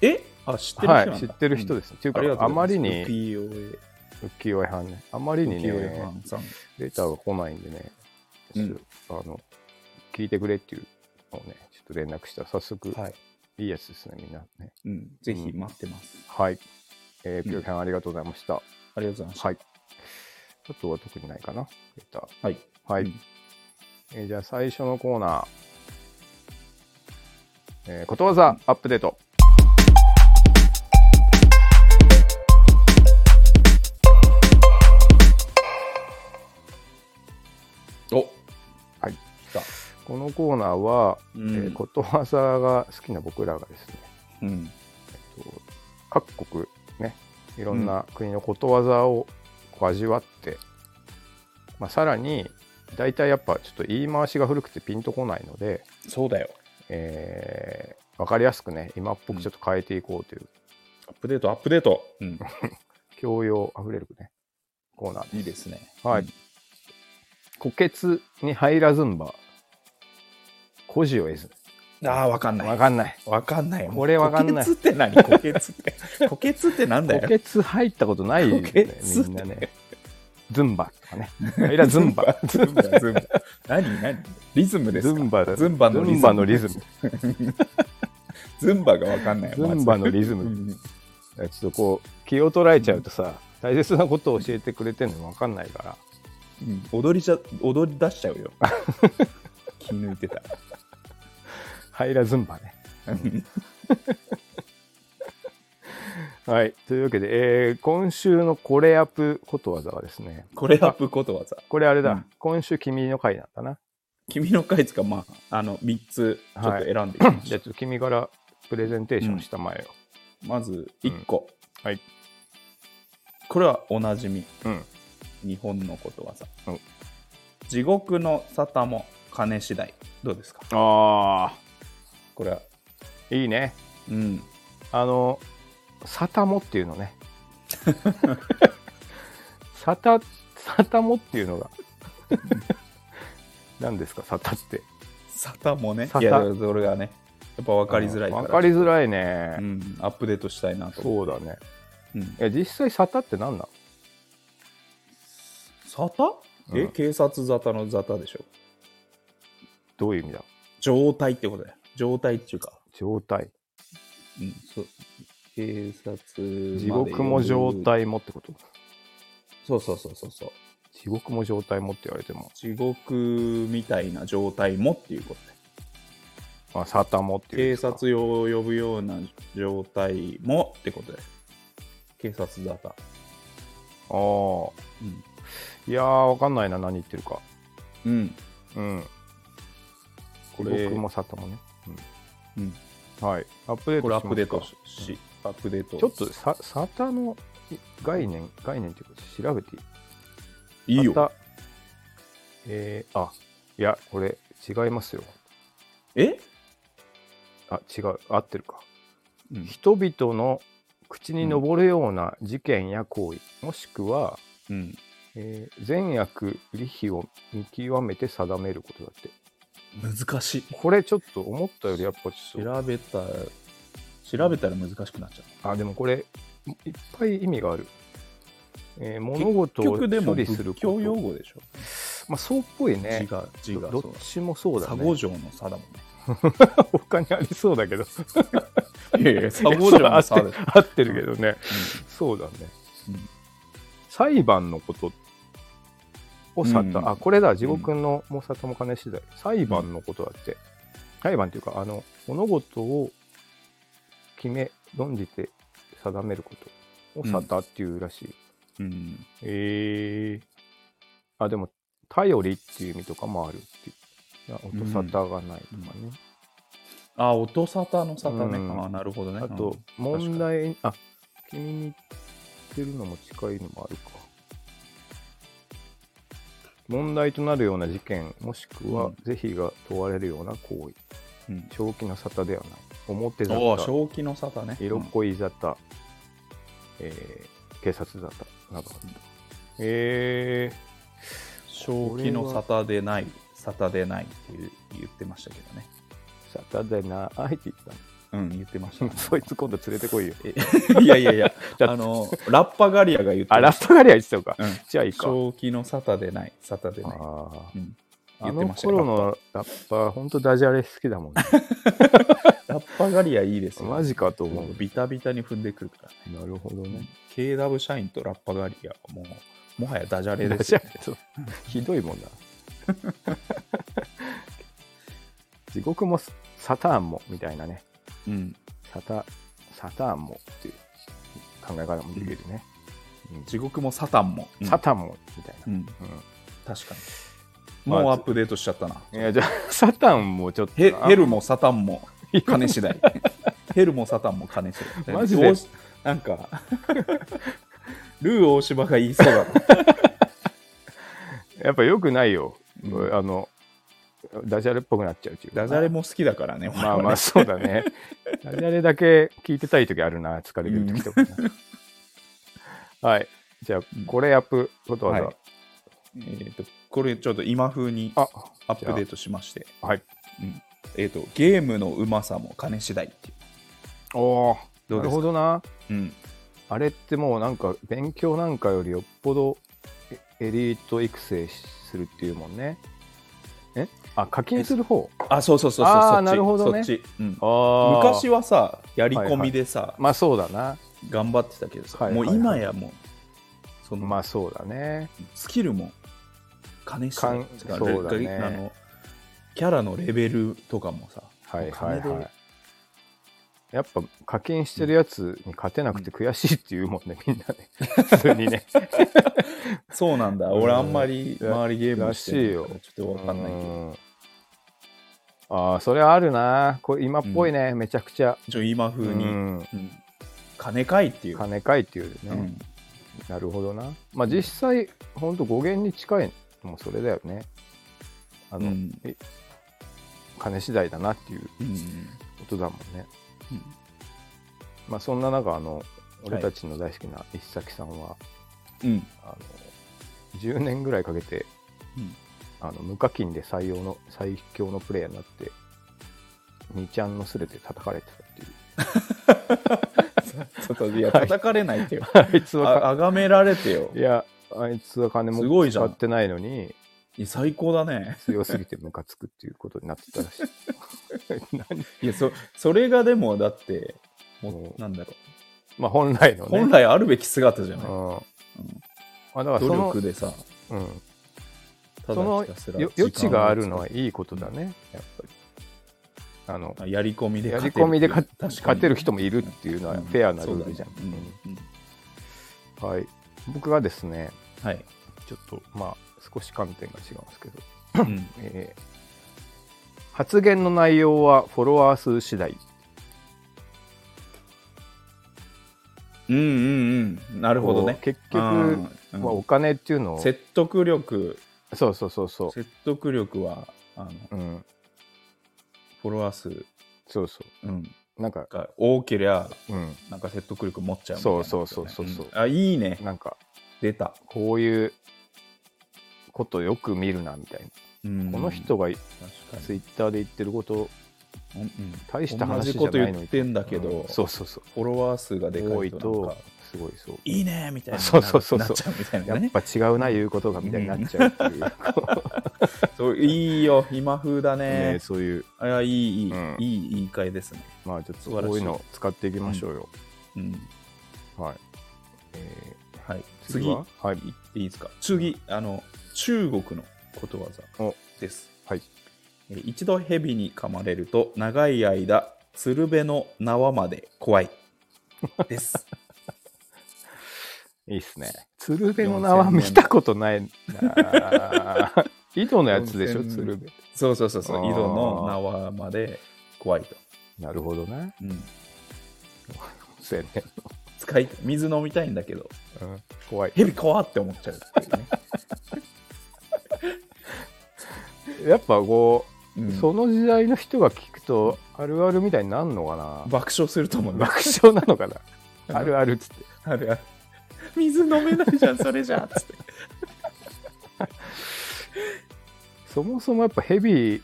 えあ、知ってる人な
は
んだ。
い、知ってる人ですす。っていう
ありが
か、
と
あ
うご
ま
ざい
り
ます。
に、
浮
浮世絵派ね、あまり
世絵、
に
浮世絵ファ
ね、
ンさん。
レターが来ないんでね、
うん
あの、聞いてくれっていうのをね、ちょっと連絡したら、早速、
はい。
いいやつですね、みんなね。
うん、ぜひ待ってます。
はい。えー、
うん
ピョさんありがとうございました。
ありがとうございました。
はい。あとは特にないかな、レター。
はい。
はい、
うん
えーじゃあ最初のコーナー、えーことわざアップデート
た。
このコーナーは、
うん
えーことわざが好きな僕らがですね、
うん。
えっと各国ねいろんな国のことわざをこう味わって、まあ、さらに大体やっぱちょっと言い回しが古くてピンとこないので、
そうだよ。
え分かりやすくね今っぽくちょっと変えていこうという
アップデート、アップデート。うん。
教養あふれるねコーナー
いいですね。
はい。虎穴に入らずんば孤児を得ず
ああ、わかんない。
わかんない
わかんない。
これわかんない
補欠って何補欠って。補欠ってなんだ
虎
よ。
穴入ったことないよね
虎穴
みんなねズンバとかね入らずん ば
ズンバ、ズンバ。何何リズムです
ズ
か
ンバだ
ズンバのリズム
ズンバのリズム。
ズンバがわかんない。
ズンバのリズ
まず。
ム。ちょっとこう、気を取られちゃうとさ、大切なことを教えてくれてるの分かんないから。
うん踊りちゃ、踊り出しちゃう よ。気抜いてた。
入らズンバ ね。はい。というわけで、えー今週のこれアップことわざはですね、
これアップことわざ。
これあれだ、
うん
今週君の回なんだな。
君の回つか、まあ、あの、3つ、ちょっと選んでいきま
じ
し
ゃあ
ょ
ちょっと君からプレゼンテーションしたまえよ。
う。まず、1個。
うんはい。
これはおなじみ。
うん。
日本のことわざ
うん。
地獄の沙汰も金次第。どうですか
あ
これは。
あ、いいね。
うん。
あの、サタモっていう のね。サタ、サタモっていうのが。何ですか、サタって。
サタもね。
サタ
いや、それがね、やっぱ分かりづらいから。
わかりづらいうね。
ん、アップデートしたいなと。
そうだね。
うん
いや、実際サタって何なの
沙汰え、
うん
警察沙汰の沙汰でしょ。
どういう意味だ
状態ってことだよ。状態っていうか。
状態。
うん、そう。警察
地獄も状。態もってこと
そうそうそうそうそう。
地獄も状態もって言われても、
地獄みたいな状態もっていうことだよ。
まあ、サタモってい
警
うんですか
察を呼ぶような状態もってことだよ。警察沙汰。
あ
うん。
あ。いやー、わかんないな、何言ってるか。
うん。
うん。
こ
地
れ
獄もサタモね。
うん、
はい。アップデート
これア
しますか
ップデートし、しアップデート。
ちょっとササタの概念、概念っていうか調べていい
いいよ。
サタえー、あ、いや、これ違いますよ。
え、
あ、違う、合ってるか。
うん
人々の口に上るような事件や行為、もしくは、
うん、
えー善悪利非を見極めて定めることだって。
難しい。
これちょっと思ったよりやっぱちょっ
調べた、調べたら難しくなっちゃう。
と、あ、でもこれ、いっぱい意味がある。えー物事
結
を
局でも
処理
仏
すること。
教用語でしょ。
まあ、そうっぽいね。
自我、自我。
どどっちもそうだ
佐
ね。
合城の差だもんね。
他にありそうだけど。
いやいや、佐合
そ
城
う合
の
って
差で
る
しょ。
合ってるけどね。そうだね。
うん
裁判のことをさ
うん
あ、これだ、地獄のもさたも金次第。裁判のことだって。裁判っていうか、あの、物事を決め、論じて定めることをさたっていうらしい。
うん。
ええあ、でも、頼りっていう意味とかもあるっていう。な音沙汰がないとかね。
あ、音沙汰の沙汰ね。
うん
あ、なるほどね。
あと、問題、あ、君に言ってるのも近いのもあるか。問題となるような事件、もしく
う
は
ん
是非が問われるような行為、
うん。うん
正気の沙汰ではない。表沙
おお、
汰、
正気の沙汰ね。
色
うん
恋沙汰、えー警察沙汰などある。え
正気の沙汰でない、沙汰でないっていう言ってましたけどね。
ー、沙汰でないって言った
うん、言ってましたね
の。そいつ今度連れて こいよ。
いやいやいや、
じゃあ
あの、ラッパガリアが言って
あ、ラ
まし
ストガリア言ってたのか。
た。うん
じゃあいいか。
正気の沙汰でない、沙汰でない。
あー
うん言
あ
って
の
ましたよ
頃のラッパー、ほんとダジャレ好き だもんね。
ラッパガリアいいですよ。
マジかと思
もう
う。
ビタビタに踏んでくるからね。
なるほどね。
KW 社員とラッパガリアはもう、もはやダジャレ
ダ
です
ジ
よ
ャ。レ とひどいもんだ。 地獄もサターンもみたいなね。
うん。
サタサターンもっていう考え方もできるね。
地獄もサタンも。
うんサタンもみたいな。
うん。
うん
確かもうアップデートしちゃったな。
いや、じゃあ、 サタンもちょっと
ヘ
な。
ヘルもサタンも金次 第。ヘルもサタンも金次第。
マジで
どうしなんか、ルー大柴が言いそう だな。
やっぱ良くないよ。
うん
あの、ダジャレっぽくなっちゃうっていうか
ダジャレも好きだからね、
まあ
俺
ま
は
あ、
ね
そうだね。ダジャレだけ聞いてたい時あるな、疲れてる時とかな。はい。じゃあ、これアップ、ことわざ。
はいえーとこれちょっと今風に
あ、
アップデートしまして、
はい。
えーとゲームのうまさも金次第っていう。
おおー、
どう
な
です
る
か
ほどな。
うん、
あれってもうなんか、勉強なんかよりよっぽどエエリート育成するっていうもんね。えあ、課金する方
あ、そうそうそうそう、
あー
そっち
なるほどね
そっちうん
あー
昔はさ、やり込みでさ、
まあそうだな。
頑張ってたけどさ、
はいはいはい
もう今やもう、その
まあそうだね。
スキルも金次第
かんそうだね
あのキャラのレベルとかもさ、
はいはい
金
は
で
い。やっぱ課金してるやつに勝てなくて悔しいって言うもんね、みんなね。普通にね。
そうなんだ、
うん
俺あんまり周りゲームしてないから
らしいよ
ちょっとわかんないけど、
うんああ、それはあるな。これ今っぽいね、めちゃくちゃ。
ちょ今風に、
うん
うん金かいっていう。
金かいっていう
う
ね。
ん
なるほどな。まあ実際、ほんと語源に近いのもそれだよね。あ
う
の、
ん
金次第だなっていう
うん
ことだもんね。
うん
まあそんな中、あの、
い
俺たちの大好きな石崎さんは、
うん
あの10年ぐらいかけて
うん
あの無課金で採用の最強のプレイヤーになって2ちゃんのすれて叩かれてたっていう
ちょっといや
はい
叩かれないってよ。
あいつは か
あがめられてよ
い。やあいつは金
すご
も
いじゃ
使
ん
ってないのに
いや最高だね。
強すぎてムカつくっていうことになってたらしい 何
いやそそれがでもだって
も
も
う
うなんだろ
まあ本来の
う
ね
本来あるべき姿じゃ
う
ない。
んあ
うん
だからそ
努
の
力,、でさ
うん、
た
そ
だ
の
ひたすら
よ余地があるのはいいことだねやっぱりあの
あやり込みで
やり
勝てる
込みで勝
確かに
勝てる人もいるっていうのはフェアなルールじゃん。
そうだねうんうん
はい、僕がですね
はい、
ちょっとまあ少し観点が違うんですけど、
うん
えー発言の内容はフォロワー数次第
うんうんうんなるほどね
こう結局
うんうん
はお金っていうのを、
説得力
そうそうそうそ
説得力はあの
う、うん、
フォロワー数、
そうそ
うん、
うなんか、
が多けりゃ
うん、
なんか説得力持っちゃうみたい
そ
な
うそうそうそうそう
ことねんあいいね
なんか
出た、
こういうことよく見るなみたい
うん
な、この人が
確か
ツイッターで言ってること
に、うん
大した
同
話
じ
じ
こ
ゃ
と
ない
言
の
っ
に
てんだけど、
うんそうそうそう
フォロワー数がでか
多
い
い
となん
と
か
すごいそう
いいねみたいな
そうそうそうそう
なっちゃうみたい
や
な
っ
ね
ぱ違うな言うことがみたいになっちゃうって いう、
そういいよ今風だね
ねそういう
あれはいいいい、
うん
いい言い換えですね
まあちょっ
素
と
晴らしい
こういうのを使っていきましょうよ、
うん
はい、え
はい
ー、
次
ははい
いっていいですか次あの中国のことわざ
お
です、
はい
えー一度蛇に噛まれると長い間鶴瓶の縄まで怖いです
いいっすね鶴瓶の縄見たことないな井戸のやつでしょ
4000
鶴瓶
そうそうそうそう
あー
井戸の縄まで怖いと、
なるほどな
うん
そうやね、
使い水飲みたいんだけど
うん、怖い
蛇怖って思っちゃうっていうね、
やっぱこ
う
う、
ん
その時代の人が聞くとあるあるみたいになんのかな
爆笑すると思います
爆笑なのかなあるあるっつって
あるある水飲めないじゃんそれじゃつって
そもそもやっぱヘビー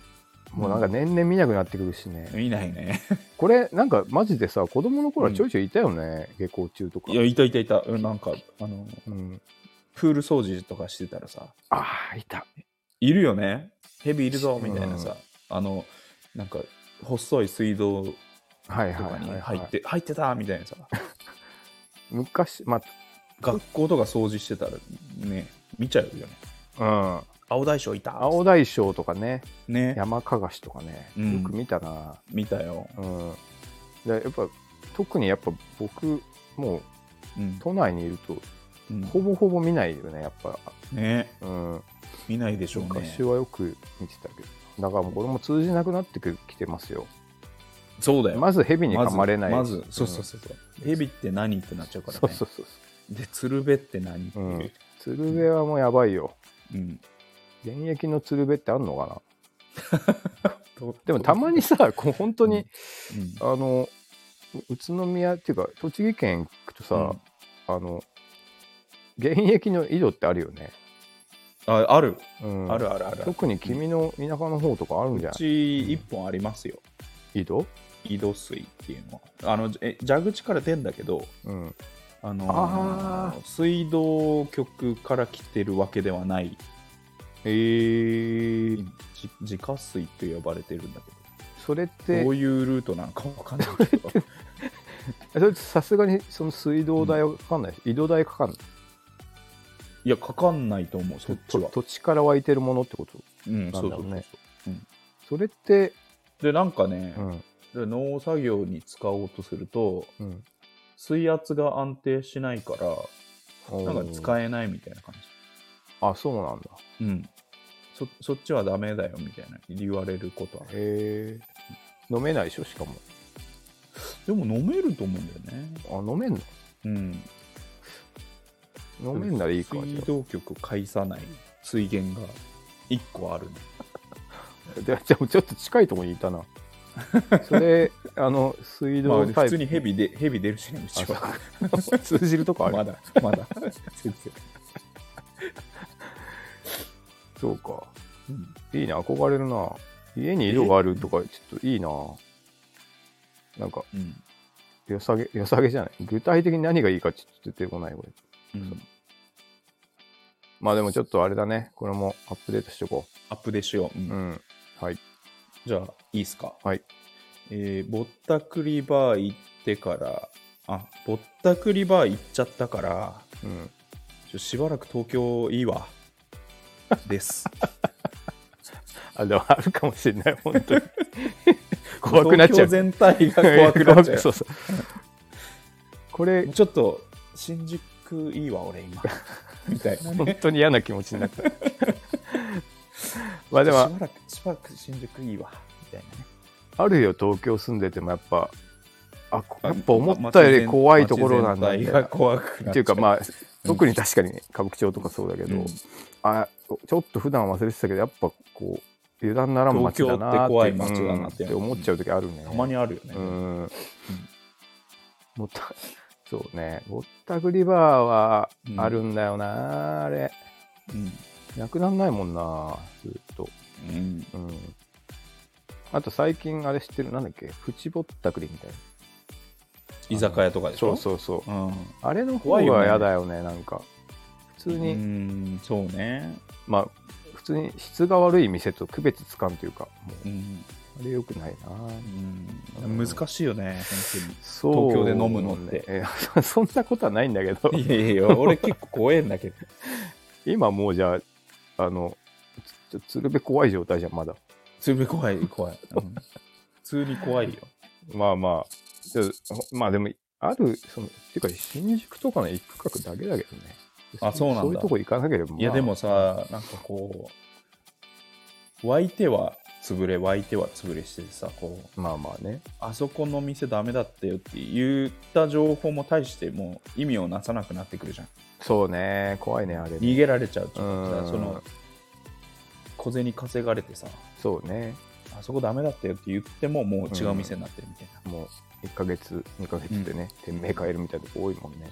もなんか年々 見なくなってくるしね、
見ないね
これなんかマジでさ子供の頃はちょいちょいいたよね、下校中とか
いやいたいたいたうんなんかあの
うん、
プール掃除とかしてたらさ
ああいた
いるよねヘビいるぞみたいなさ、あのなんか細い水道と
はいはい
か
はい、
に
はい、
入って入ってたみたいなさ
昔ま
学校とか掃除してたらね見ちゃうよね
あ、うん、
青大将いた
青大将とかね
ね
山かがしとかね、
うん
よく見たな
見たよ、
うんでやっぱ特にやっぱ僕もう
うん
都内にいると
うん
ほぼほぼ見ないよねやっぱ
ね
うん
見ないでしょうね
昔。はよく見てたけど。だからもうこれも通じなくなってきてますよ。
そうだよ。
まず蛇に噛まれない。
まず、まずそうそうそうそう。蛇って何ってなっちゃうからね。
そうそうそう
で、鶴瓶って何って
そ。
いう
う。。
うん
鶴瓶はもうやばいよ。
うん
現役の鶴瓶ってあんのかな
と
でもたまにさ、こう本当に、
うん
あの、宇都宮っていうか、栃木県行くとさ、あの、現役の井戸ってあるよね。
あある、
うん、
あるあるある。
特に君の田舎の方とかあるんじ
う
ゃない
ち一本ありますよ。
井戸
井戸水っていうのは。あの、え蛇口から出んだけど、
うん。
あの
あ
水道局から来てるわけではない、
えー、
じ自家水と呼ばれてるんだ
それっ
けど、
て
どう、いうルートなのかわかんないけ ど、
それってさすがにその水道代はかかんない、井戸代かかんない。
いや、かかんないと思う、そっちは
と。土地から湧いてるものってこと
うん、
な
そ
ん
う
だ
そうそ
ろう
う
ね。それって、
で、なんかね
う、
で
ん、
農作業に使おうとすると、
うん。
水圧が安定しないから、なんか使えないみたいな感
あ、そうなんだ。
じ。うん。そそっちはダメだよみたいな言われることある。
へえ。飲めないでしょ、しかも。
でも飲めると思うんだよね。
あ、飲めんの
うん。
飲めんならいいか。
水
じゃ
道局を介さない水源が1個あるね
あでじゃあ、ちょっと近いところに いたな。それ、あの、水
まあ
道タ
普
イプ。
通にヘビでヘビ出るしねうちは
あそう通じるとこある。
まだま だ全然
そうか。
うん
いいな、憧れるな。家に井戸があるとか、ちょっといいな。なんか、
うん
良さげ、良さげじゃない。具体的に何がいいかちょっと出てこない、これ。
うん
まあでもちょっとあれだね。これもアップデートしとこ
アップデートしよう、うん
う。うん。はい。
じゃあいいっすか
はい
えーぼったくりバー行ってからあぼったくりバー行っちゃったから
うん。
ちょしばらく東京いいわです
あ、でもあるかもしれない、本 当に。 怖くなっちゃ
東京
う。
全体が怖くなっちゃう
そうそう。これ、
ちょっと新宿いいわ俺今みたい なね
本当に嫌な気持ちになった。 まあでも
し、ばらく、しばらく新宿いいわ、みたいなね。
あるよ、東京住んでてもやっぱ、あ、こやっぱ思ったより怖いところなんだ
街
み
全
た
体
い
が
な
怖くな
っていうか
あ、
まあ特に確かにね歌舞伎町とかそうだけど、
うん
あちょっと普段忘れてたけどやっぱこう油断ならん街だな
東京って怖い街だなって
うん思っちゃう時あるね、
たまにあるよね。
うん、もったそうねぼったくりバーはあるんだよな、あれ
うん。
なくなんないもんなずっと
うん。
うんあと最近あれ知ってるなんだっけフチぼったくりみたいな
居酒屋とかでし
そ
ょ
うそうそう
う。うん。
あれの方
怖いよ
が
ね
嫌だよねなんか普通に、
うん、そうね。
まあ、普通に質が悪い店と区別つかんというか、もう
うん。
あれよくないな。
うん、難しいよね、
そう
東京で飲むのって
ね。えそんなことはないんだ けど
本当、に。いやいや、俺結構怖えんだけど。
今もうじゃあ、あの、つつ鶴瓶怖い状態じゃん、まだ。
すごい怖い、怖い。うん普通に怖い よ。
まあまあ、ちょまあでも、ある、その、っていうか、新宿とかの一区画だけだけどね。
あそうなんだ
そういうとこ行かなければ、まあ
いや、でも、さ、なんかこう、湧いては潰れ、湧いては潰れしてさ、こう、
まあまあね。
あそこの店ダメだったよって言った情報も大してもう意味をなさなくなってくるじゃん
そうね、怖いね、あれね。
逃げられちゃうと
うん
だからその小銭稼がれてさ
そうね。
あそこダメだったよって言ってももう違う店になってるみたいな、
もう1ヶ月、2ヶ月でね、店名変えるみたいなとこ多いもんね。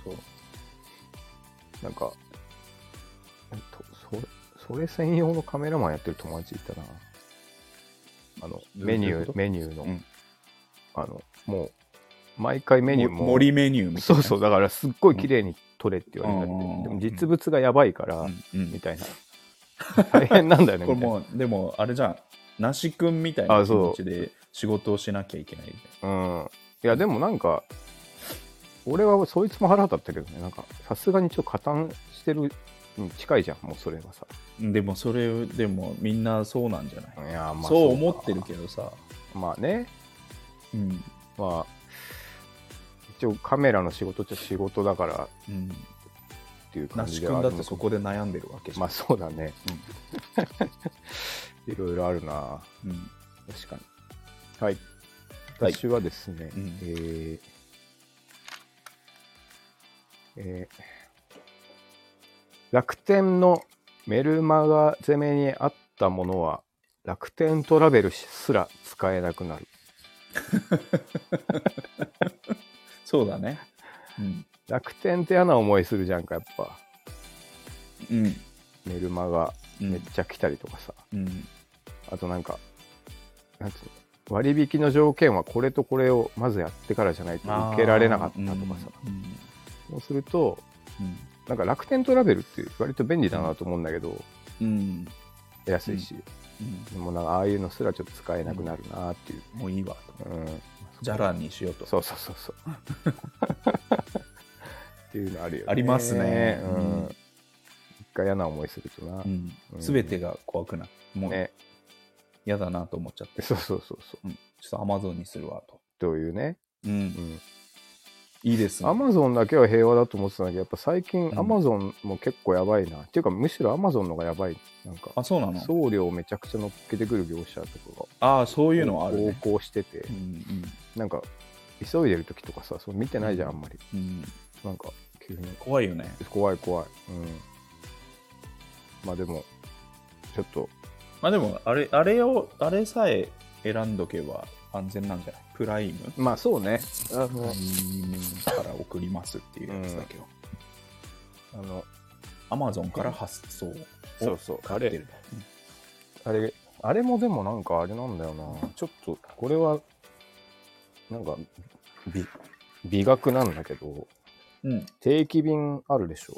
なんか、とそれそれ専用のカメラマンやってる友達いたな。あの、
どういう
メニュ
こ
ー、
と
メニューの、
うん
あの、もう、毎回メニューも、
森メニューみたい
そ
な
うそう、だからすっごい綺麗に撮れって言われたって、
うん
でも実物がやばいから、
うんうん
みたいな。大変なんだよ ね、
これ
みたいな
もうでもあれじゃんなし君みたい
あ
な気
そう
持ちで仕事をしなきゃいけない
うん。いや、でもなんか、俺はそいつも腹立ったけどね、なんか、さすがにちょっと加担してるに近いじゃん、もうそれはさ。
でもそれでもみんなそうなんじゃない、
いや、まあ
そう思ってるけどさ、
ど。まあね、
うん
まあ、一応カメラの仕事っちゃ仕事だから、
うん、
っていう感
那
じ
須
では
君
あ
だっ
る
て
の
そこで悩んでるわけじゃん
まあそうだね。 いろいろあるな。
うん
確かに。はい。
はい
私はですね、
うん
えーえー楽天のメルマガ攻めにあったものは楽天トラベルすら使えなくなる。
そうだねうん
楽天って嫌な思いするじゃんか、やっぱ。
うん
メルマガ
う
めっ
ん
ちゃ来たりとかさ。
うん
あとなんか、なんつうの割引の条件はこれとこれをまずやってからじゃないと受けられなかったとかさ。
うんうん
そうすると、なんか楽天トラベルって割と便利だなと思うんだけど、
うんうん
安いし、
うん
もうなんかああいうのすらちょっと使えなくなるなっていう。
もういいわ
うん。
じゃらにしようと
そうそうそうそう。っていうのあるよね。
ありますね
う
うん
ん。一回嫌な思いするとな。
うん
うん
全てが怖くなるもう
ね。
嫌だなと思っちゃって
そうそうそうそ
う
う。
んちょっとアマゾンにするわと
というね。
うん
うん。
いいですね
アマゾンだけは平和だと思ってたんだけど、やっぱ最
う
近
ん
アマゾンも結構やばいな。っていうか、むしろアマゾンのがやばい。なんか、
あそうなの
送料めちゃくちゃ乗っけてくる業者とかが。
ああそういうのはあるね
横行してて、
うん
なんか急いでる時とかさそう見てないじゃんあんまり
うんうん
なんか急に
怖いよね
怖い怖いうんまあでもちょっと
まあでもあれあれをあれさえ選んどけば安全なんじゃないプライム
まあそうねあの,、
プライムから送りますっていうやつだけど
あの
アマゾンから発送を
そうそうあ
買って
れ
る
あれあれもでもなんかあれなんだよなちょっとこれはなんか美美学なんだけど
うん
定期便あるでしょ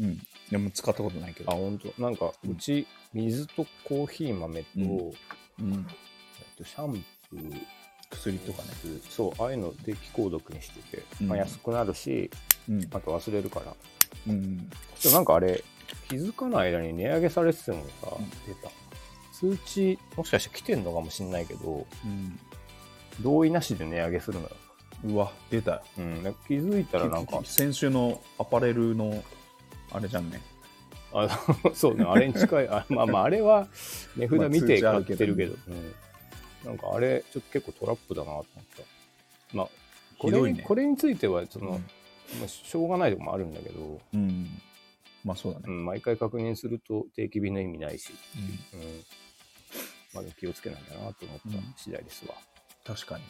うんでも使ったことないけ
あ
ど
本当なんかうち水とコーヒー豆と、
うん
えっ
うん
とシャンプー
薬とかね
そうああいうの定期購読にしてて、
うん
まあ、安くなるし
うん
あと忘れるから
うん
ちょっとなんかあれ気づかない間に値上げされててもさ、
うん
出た通知もしかして来てんのかもしんないけど
うん
同意なしで値上げするのよ、
うわ出たよ
うん、で気づいたらなんか
先週のアパレルのあれじゃんね
あのそうねあれに近いあまあまああれは値札見て
ま
買
あ
っ
通知あるけど
てるけど、うん、なんかあれちょっと結構トラップだなと思ったまあこ
ひ
れ
どいね
これについてはその、
うん
まあしょうがないとこもあるんだけど、
うんまあそうだ
う
ね
ん、毎回確認すると定期便の意味ないし、
うん
うん、まだ気をつけないんだなと思った次第ですわ。
確かに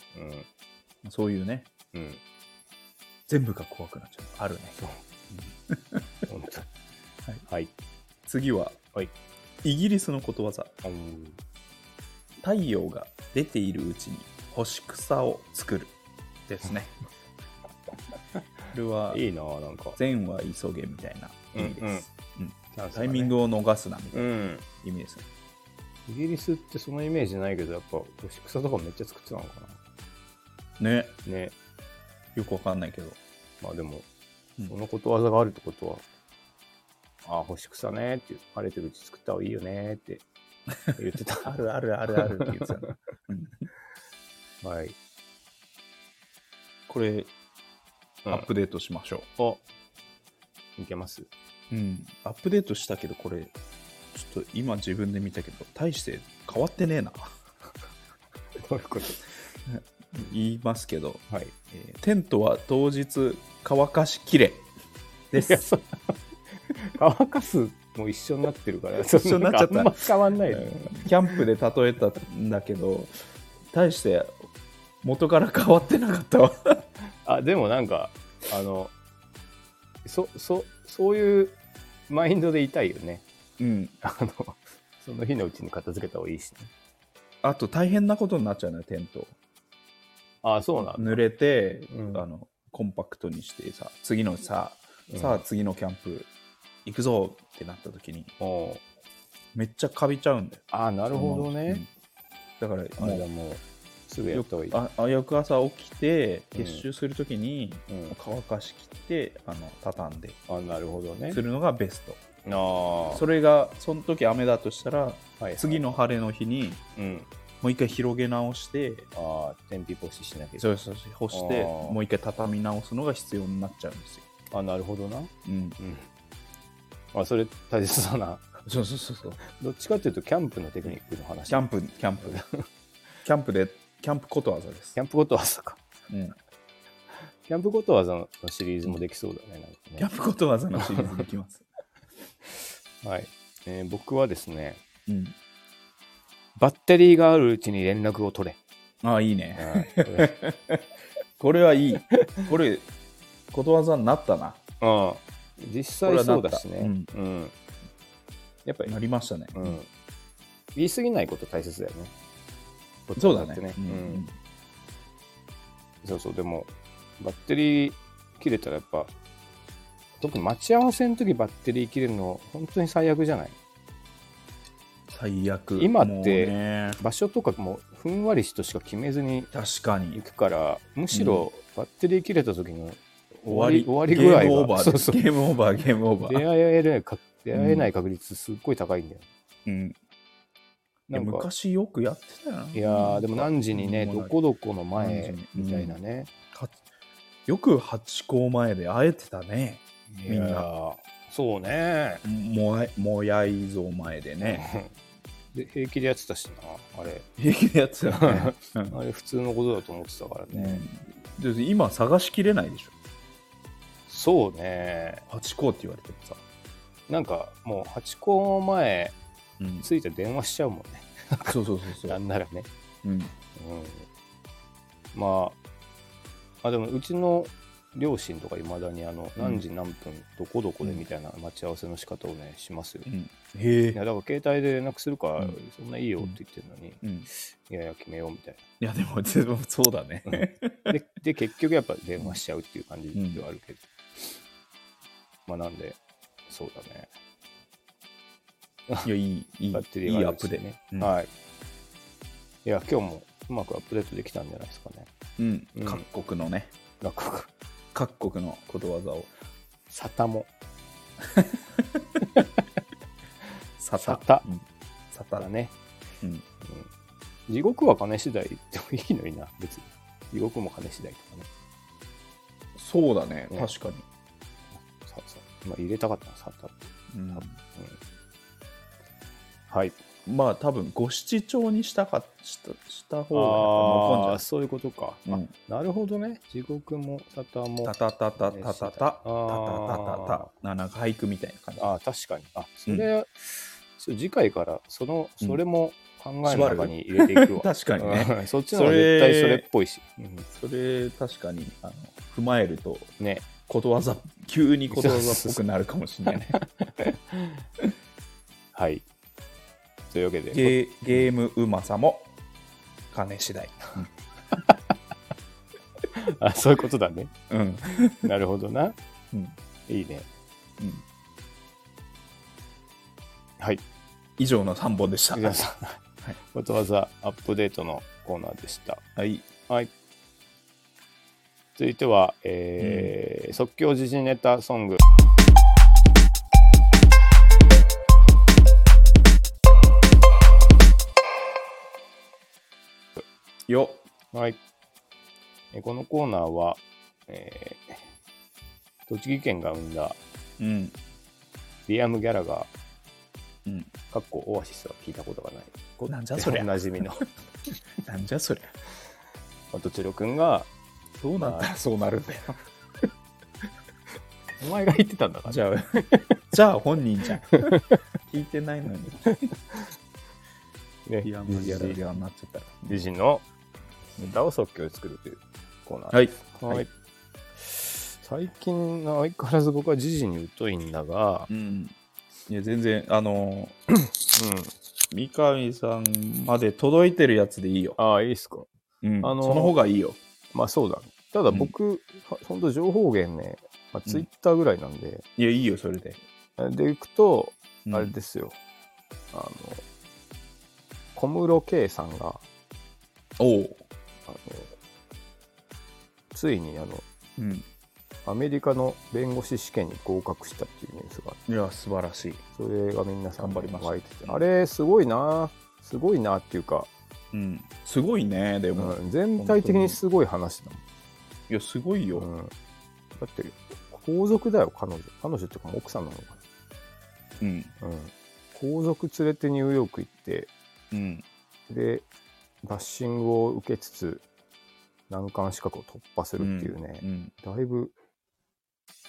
うん、
そういうね
うん、
全部が怖くなっちゃうあるね
そう。本当。
はい
はい。
次は、
はい
イギリスのことわざ
あの
太陽が出ているうちに干し草を作るですねこれ はい
いなあなんか。
善は急げみたいな意味です、
うんうんなんすか
タ
ね
イミン。グを逃すなみた
う。
いなん意味ですね、
イギリスってそのイメージないけど、やっぱ干し草とかめっちゃ作ってたのか
ね
な。ね。
よくわかんないけど
まあでも、
うん
そのことわざがあるってことは、ああ、干し草ねーっていう、晴れてるうち作った方がいいよねーって言ってた。
あるあるあるあるって言ってたね
はい。
これ
う
ア
ん
ップデートしましょ
あいけます
う、うんアップデートしたけどこれちょっと今自分で見たけど大して変わってねえな
どういうこと
言いますけど
はい。
えーテントは当日乾かしきれで
いや、
す。
そう。乾かすも一緒になってるか ら、
一緒になっちゃった
んかあんま変わんないよね。
キャンプで例えたんだけど、大して元から変わってなかったわ。
あ、でもなんか、あの、そ、そ、そういうマインドでいたいよね。
うん。
あの、その日のうちに片付けた方がいいしね。
あと大変なことになっちゃうのよ、テント。
あ、そうなんだ。
濡れて、
うん
あの、コンパクトにしてさ、次のさ、
うん
さあ次のキャンプ行くぞってなった時に、
おう
めっちゃカビちゃうんだよ。
あ、なるほど
う
ね
ん。。だから
あれ
も
だ、
う
もう、すぐやった方がいい。
あ、あ翌朝起きて、
うん
結集するときに、
うん
乾かしきって、あの、畳んで
あ、なるほどね
す。るのがベスト。
ああ、
それがその時雨だとしたら
はいはい
次の。晴れの日に
うん。
もう一回広げ直して
ああ、天日干ししなきゃいけない
そうそうそう干して
あー
もう一回畳み直すのが必要になっちゃうんですよ
あなるほどな、
うん。
うん、あそれ大切だな
そうそうそうそう。
どっちかっていうとキャンプのテクニックの話
キャンプ、キャンプ。 キャンプで、キャンプことわざです
キ。ャンプことわざか
うん、
キャンプことわざのシリーズもできそうだねなんかね
キャンプことわざのシリーズできます。
はい、えー僕はですね
うん、
バッテリーがあるうちに連絡を 取れ、
ああ、いいね。
はいこれ
これはいい。これ、ことわざになったな。
ああ実際そうだし
こ
ね、
れはなっ
うんやっぱり、
なりましたね。
うん、言い過ぎないこと大切だよね
そうだ
って
ね。
ね
う
うん
ん
そうそうでもバッテリー切れたらやっぱ特に待ち合わせの時バッテリー切れるの本当に最悪じゃない
最悪。
今って
もうね
場所とかもふんわりしとしか決めずに
確か
行
に。
くからむしろバッテリー切れた時の
終わり、
終わりぐらい
ゲームオー
が
バー
そ
で
う
す
そう
ゲームオーバー、ゲームオーバ
出
ー。
会えないか出会えない確率すっごい高いんだよ、
うん、い
な
や
んか
昔よくやってたよな。
いやーでも何時にね
うん
どこどこの前
何時に
みたいなね、
かよく八校前で会えてたね。ん
いやー
みん
そうね
もやもやい像前でね。
で平気でやってたしなあれ
平気でやってたよね。 うん
あれ普通のことだと思ってたからね、
ねで今探しきれないでしょ
そうね
八校って言われてもさ、
なんかもう八個前
うん、
ついて電話しちゃうもんね
そうそうそうそ
な
う、
んならね、
うん、
うん、まああでもうちの両親とかいまだにあの
うん
何時何分どこどこでみたいな待ち合わせの仕方をねしますよ、
へ
い
え
やだから携帯で連絡するから、
うん
そんないいよって言ってるのに、い
うん、い
やいや決めようみたい
やでもでもそうだね、
なでで結局やっぱ電話しちゃうっていう感じではあるけど、まあなんでそうだね
いやいいいい
バッテリ
い
ー
い
が
アッ
ある
プ
うち
で
にね、
うん
はい。いや、今日もうまくアップデートできたんじゃないですかね。
うん
うん
各国のね
楽国。
各国のことわざを
サタも。
さ
さた
うんさた
だね。
うん
うん地獄は金次第でもいいのにな、別に。地獄も金次第とかね。
そうだね
ね
確かに、
ささ今入れたかったな、サタって。
うん
はい。
まあ多分ご七調にしたかしたした方
あ
が
あー、そういうことか。
やっぱ残んじ
なるほどね。地獄もサタ
ゃ
も
ない、うん、た。たたたたたたたたた
あー
たたなんか俳句みたいな感じ
ああ、確かに。あ、それ、そう次回から、その、
うん
それも考えの中に入れていく わ。
確かにね
うんそっちの方が絶対それっぽいし。
それ確かにあの踏まえると
ね。
ことわざ急にことわざっぽくなるかもしれないね
はい。というわけで、
ゲーゲームうまさも金次第
あそういうことだね。
うんうん
なるほどな。
うん
いいね。はい。
以上の3本でした
皆さん、
はい
ことわざアップデートのコーナーでした。
はい
はい。続いては、えー即興時事ネタソング。
よ
はい。えーこのコーナーは、えー栃木県が生んだ
うん
リアム・ギャラガ
う
ー、
ん
かっこオアシスは聞いたことがない。
なんじゃそりゃ
おなじ みの
なんじゃそりゃ
元千代くんが、
どうなったらそうなるんだよ
お前が言ってたんだから。
じゃあじゃあ本人じゃん聞いてないのに
ね、
いやもうやる
時事
やになっちゃったら
時事のネタを即興で作るというコーナー
はい
はい
はい
最近の相変わらず僕は時事に疎いんだが、
うんいや全然あの
うん、
三上さんまで届いてるやつでいいよ、
ああいいっすか
うん
あの
その方がいいよ
まあそうだただ僕、ほん、本当情報源ね、まあ、
うん
ツイッターぐらいなんで、
いやいいよそれで
でいくと
うん
あれですよ、あの小室圭さんが
おう、
あのついにあの
うん、
アメリカの弁護士試験に合格したっていうニュースがあって
いや素晴らしい、
それがみんなさん
頑張りました
湧いててあれすごいなすごいなっていうか、
うん、すごいねで
う
も、
ん全体的にすごい話だ
いやすごいよ、
もん、うんだって皇族だよ、彼女。彼女っていうか、奥さんなのか
うん。
な。うん。皇族連れてニューヨーク行って、
うん。
で、バッシングを受けつつ、難関資格を突破するっていうね
う、ん。
だいぶ、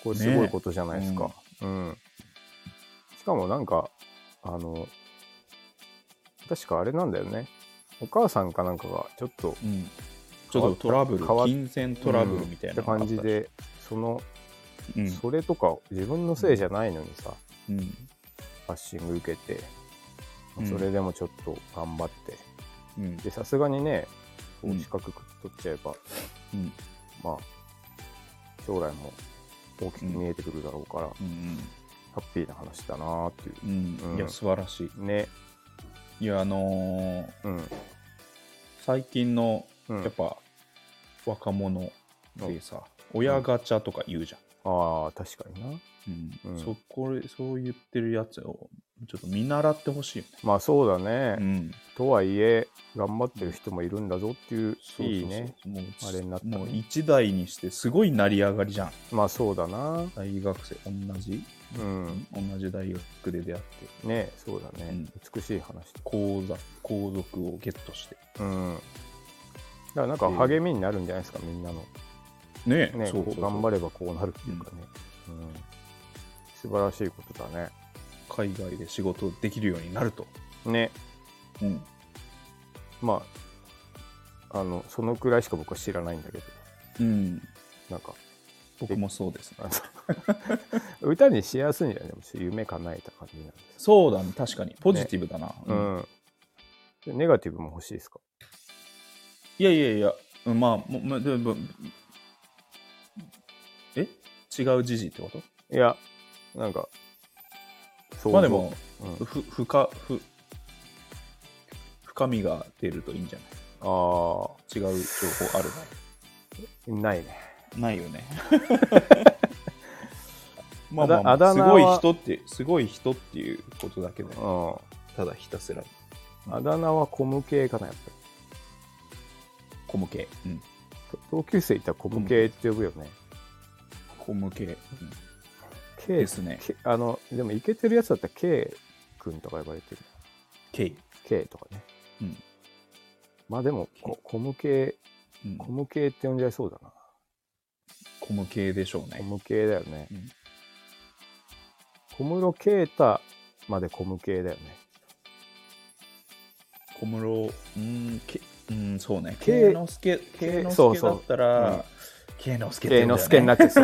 これすごいことじゃないですか。
ね
うん。しかもなんか、あの、確かあれなんだよね。お母さんかなんかが、ちょっと、
うん。ちょっとトラブル
変わ、っ
金銭トラブルみたい
っ
な
て
のがあった
感
し
じ。で、その、
うん。
それとか、自分のせいじゃないのにさ、
うん。
バッシング受けて、
うん
それでもちょっと頑張って、
うん。
で、さすがにね、こ
う
うん資格取っちゃえば、
うん。
まあ、将来も大きく見えてくるだろうから、
うん。
ハッピーな話だなってい
うん。
うん
いや、素晴らし
う。ね。
い。いや、あのー
うん。
最近の、
うん
やっぱ、若者でさ、親ガチャとか言うじゃん。
ああ、確かにな。
うん
うん
そこれそう言ってるやつをちょっと見習ってほしいよね。
まあそうだね。
ん、
とはいえ、頑張ってる人もいるんだぞっていう、
そうそうそう
いいね。。
もう
あれになったね
もう一代にしてすごい成り上がりじゃん。
まあそうだな。
大学生同じ、
うん。
同じ大学で出会って
ね、そうだね。
うん
美しい話。
皇座皇族をゲットして
うん。だからなんか励みになるんじゃないですか、みんなの。
ねえ
ね、
そうそう
こう
そう
頑張ればこうなるっていうかね。うん。素晴らしいことだね。
海外で仕事できるようになると。
ね。
うん、
まあ、あの、そのくらいしか僕は知らないんだけど、
うん、
なんか、
僕もそうですね。
あの歌にしやすいんじゃないでも夢叶えた感じなんです。
そうだね確かにポジティブだな。
う
うん
ん。でネガティブも欲しいですか
いやいやいやうんまあもまでもえ違う時事ってこと
いや、なんか、そう
まあでも、
うん、
ふ深ふ深みが出るといいんじゃ
あ
ない違う情報ある
あ、ないね。
なないよね まあ
あ
ま
だ
あまあ
あだ
す
名
ごい
は
人ってすごい人っていうことだけで
う
ただひたすら
ん。あだ名はコム系かな、やっぱり
小向け、うん、。
と同級生いたらコム系って呼ぶよね。
小向け、うん、
K
ですね
K あの、でもイケてるやつだったら K 君とか呼ばれてる。
K
K とかね。
うん。
まあでも、こコム系、
うん
コム系って呼んじゃいそうだな。
小向けでしょう
コ
ね
ム系だよね
うん。
小室圭太までコム系だよね。
小室うんけうんそうね慶
け
之助慶之
そう
助
そ
だ
う
った
うん
ら慶之助って
圭
呼ん
之
だよ
助にな
ね
っちゃう。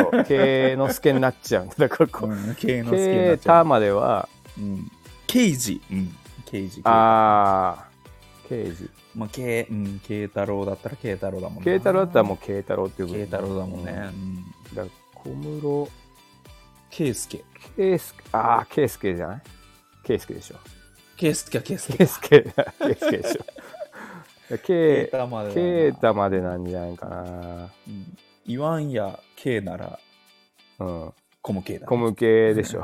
そう。圭之助になっちゃうんだ。だからこう、
うん慶之助にな
圭
っちゃ
太
う
までは、
うん刑事、うん、刑事。
ああ、刑事。
まあ、慶、うん、慶太郎だったら慶太郎だもんね。
慶太郎だったらもう慶太郎って呼ぶ。
慶太郎だもんね。
うん。だから小室
慶介。
圭介、ああ、圭介じゃない圭介でしょ。
慶介は慶介
圭。介、圭介でしょ。
慶
圭、
太までだな。
圭太までなんじゃないかな。
うん言わんや慶なら、
うん。
コム慶だ。
コム系で しょ。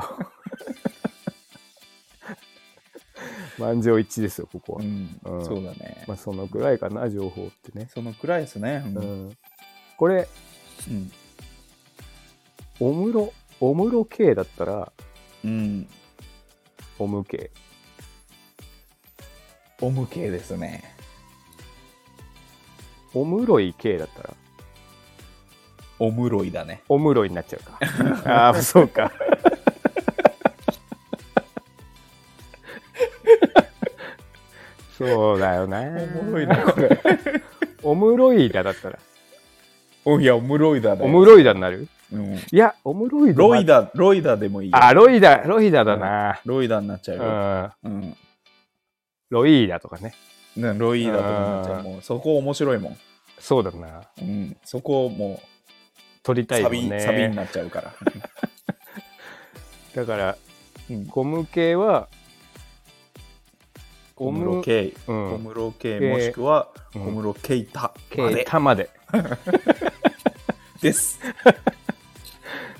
満場一致ですよ、ここは
う。ん、
うん
そうだね
ま。あ、そのくらいかな、情報ってね。
そのくらいですね。うん
うん、これ、
うん。
おむろ、おむろ系だったら、
うん。
おむ系。
オム慶ですね。
おむろい系だったら、
おむろいだね。
おむろいになっちゃうか。ああ、 そうか。そうだよね。
おもろいな
これ。おむろいだだったら、
おいや、おむろいだね。
おむろいだになる
うん
いや、おむろいだな
ロイダ、ロイダでもいいよ。
あ、ロイダ、ロイダだな。
ロイダになっちゃう
う
よ。
ん。
うん。
ロイーダとかね。
ねロイダとかになっちゃう。もうそこ面白いもん。
そうだな。
うん、そこをも
取り
う
たい
サ
も
ビ,、
んね。
サビになっちゃうから。
だから、
うん
ゴム系は、ゴ
小
ム
室、圭、
う
小
ん、
室圭、
圭
もしくは
うん
小室圭太ま
系
で
たまで。
です。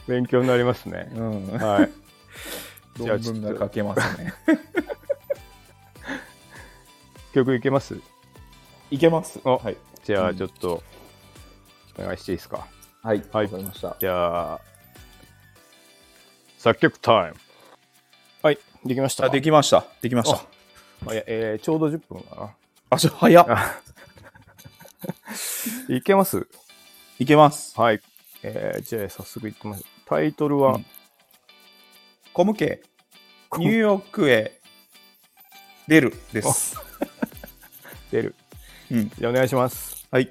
勉強になりますね。
うん、
はい。 じゃ
論
あちょっと
文が書けますね。
曲いけます
いけます
あ
はい。
じゃ
う
あ、
ん
ちょっと、お願いしていいですか。
はい。
はい
わかりました。
じゃあ、作曲タイム。
はい、できました。
あできました。できました。
あいやえーちょうど10分か
あ、ちょ、早っ。
な。いけます
いけます。
はい。えーじゃあ早速いってみます。タイトルは、
うんコム系、
こ
ニューヨークへ出るです。
出る。
うん。
じゃあお願いします。
はい。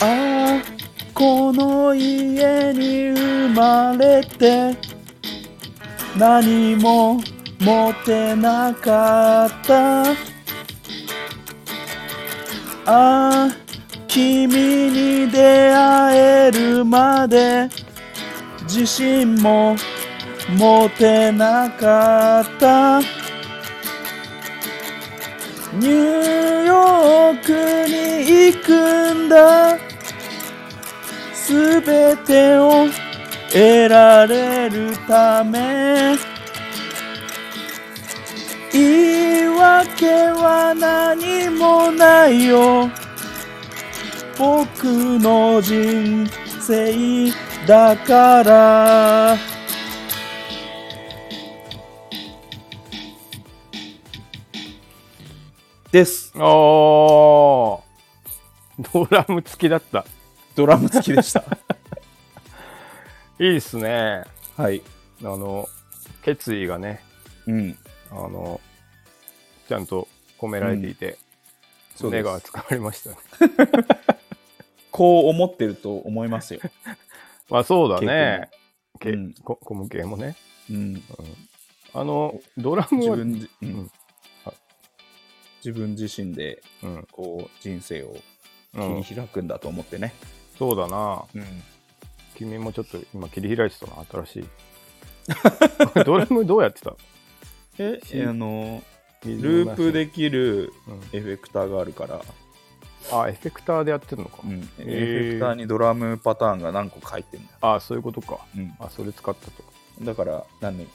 あこの家に生まれて何も持てなかったあ君に出会えるまで自信も持てなかったニューヨークに行くんだすべてを得られるため言い訳は何もないよ僕の人生だから
です。
あードラム付きだった。
ドラム付きで した。
いいっすね。
はい。
あの、決意がね、
うん。
あの、ちゃんと込められていて、
そうで
目
す
がつかまりましたね。
こう思ってると思いますよ。
まあそうだね。け
うん
こコム系もね。
うん。
あの、ドラム
自
は、
分じ、うん
うん
自分自身で、
うん
こう、人生を
う
切り
ん、
開くんだと思ってね。
そうだな。
うん。
君もちょっと今切り開いてたな、新 しい。ドラムどうやってたの
え、あの、
水の
ル
中
ープできる
うん
エフェクターがあるから、
あ、エフェクターでやってるのか。
うんエフ
え
ェクターにドラムパターンが何個か入ってるんだよ。
あ、そういうことか。
うん
あ、それ使ったと。
だから、何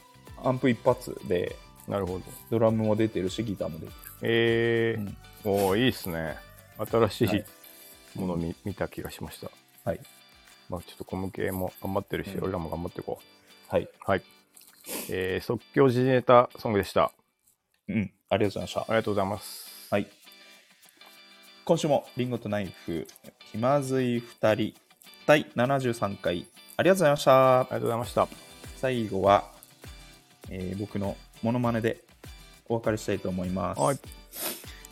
アンプ一発で、
なるほど。
ドラムも出てるし、ギターも出て
え
る。
ー
うん
おーいいっすね。新し
はい
いもの見,、見た気がしました。
はい。
まあちょっとコム系も頑張ってるし、
うん
俺らも頑張っていこ
はい。
う。はい。えー即興時事ネタソングでした。
うん。ありがとうございました
あ。りがとうございます。
はい。今週もリンゴとナイフ気まずい2人第73回ありがとうございました
ありがとうございました。
最後は、えー僕のモノマネでお別れしたいと思います、
はい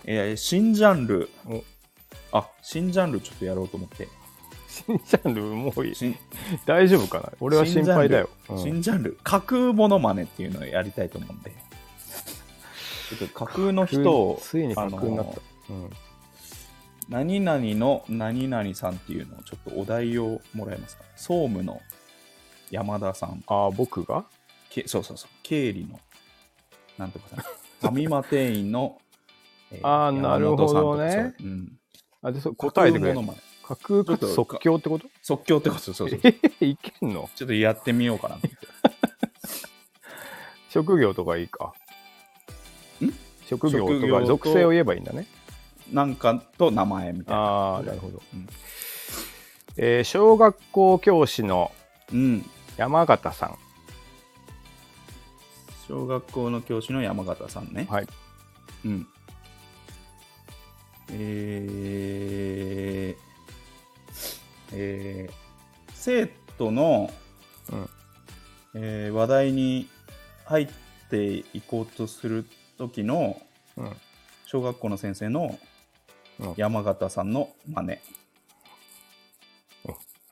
えー新ジャンル
お
あ新ジャンルちょっとやろうと思って
新ジャンル、もういい
新
大丈夫かな俺は心配だよ。
新ジャンル,、
うん
架空モノマネっていうのをやりたいと思うん でちょっと架空の人を
ついに架空になった
あの。
うん
何々の何々さんっていうのをちょっとお題をもらえますか総務の山田さん、
ああ、僕が
けそうそうそう、経理のなん とかさん、ファミマ店員の、え
あー
山本さんとか
なるほどね
そううん、
あ、で、そう
答
答
え
え
て
て
く
く
れ
れ
る
る。架空かつ即興ってこと
即興ってことそうそうそう。
えいけんの
ちょっとやってみようかな。
職業とかいいか。
ん
職業
職
と
業
か
と
属性を言えばいいんだね。
なんかと名前みたいな。
ああ、なるほど、
うん
えー小学校教師の
うん。
山形さん。
小学校の教師の山形さんね。
はい。
うん。えー、えー、生徒の、
うん
えー話題に入っていこうとする時の
うん。
小学校の先生の
うん
山形さんの真似。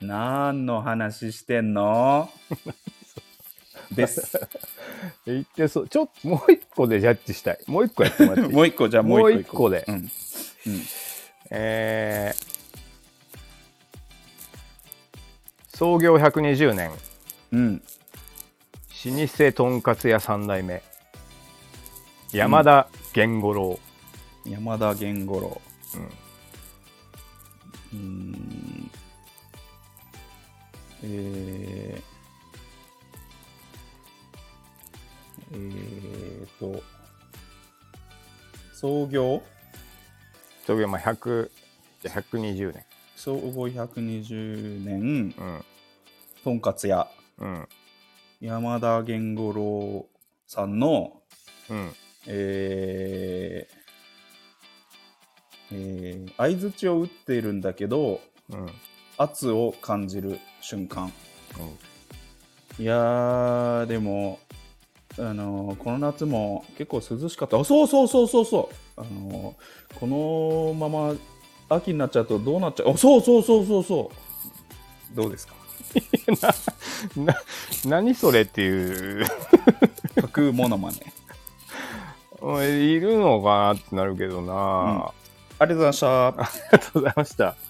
何の話してん のです。
言ってそう。ちょっと、もう一個でジャッジしたい。もう一個やってもらってい い
もう一個じゃあもう一個
もう一個で
うんうん
えー創業120年、
うん
老舗とんかつ屋三代目、山田源五郎。
山田源五郎う
うん
ーんえー、えーと創業
創業まあ100じゃあ120年
創後120年、
うん。
とんかつ屋、
うん。
山田源五郎さんの、
うん。
えー、えー、相づちを打っているんだけど、
うん。うん。
圧を感じる瞬間。いやー、でも、あのーこの夏も結構涼しかった。あ、そうそうそうそうそう。あのーこのまま秋になっちゃうとどうなっちゃうあ、そうそうそうそうそう。どうですか
な、何それっていう、
架空モノマネ。
おいいるのかなってなるけどな、
ありがとうございました。
ありがとうございました。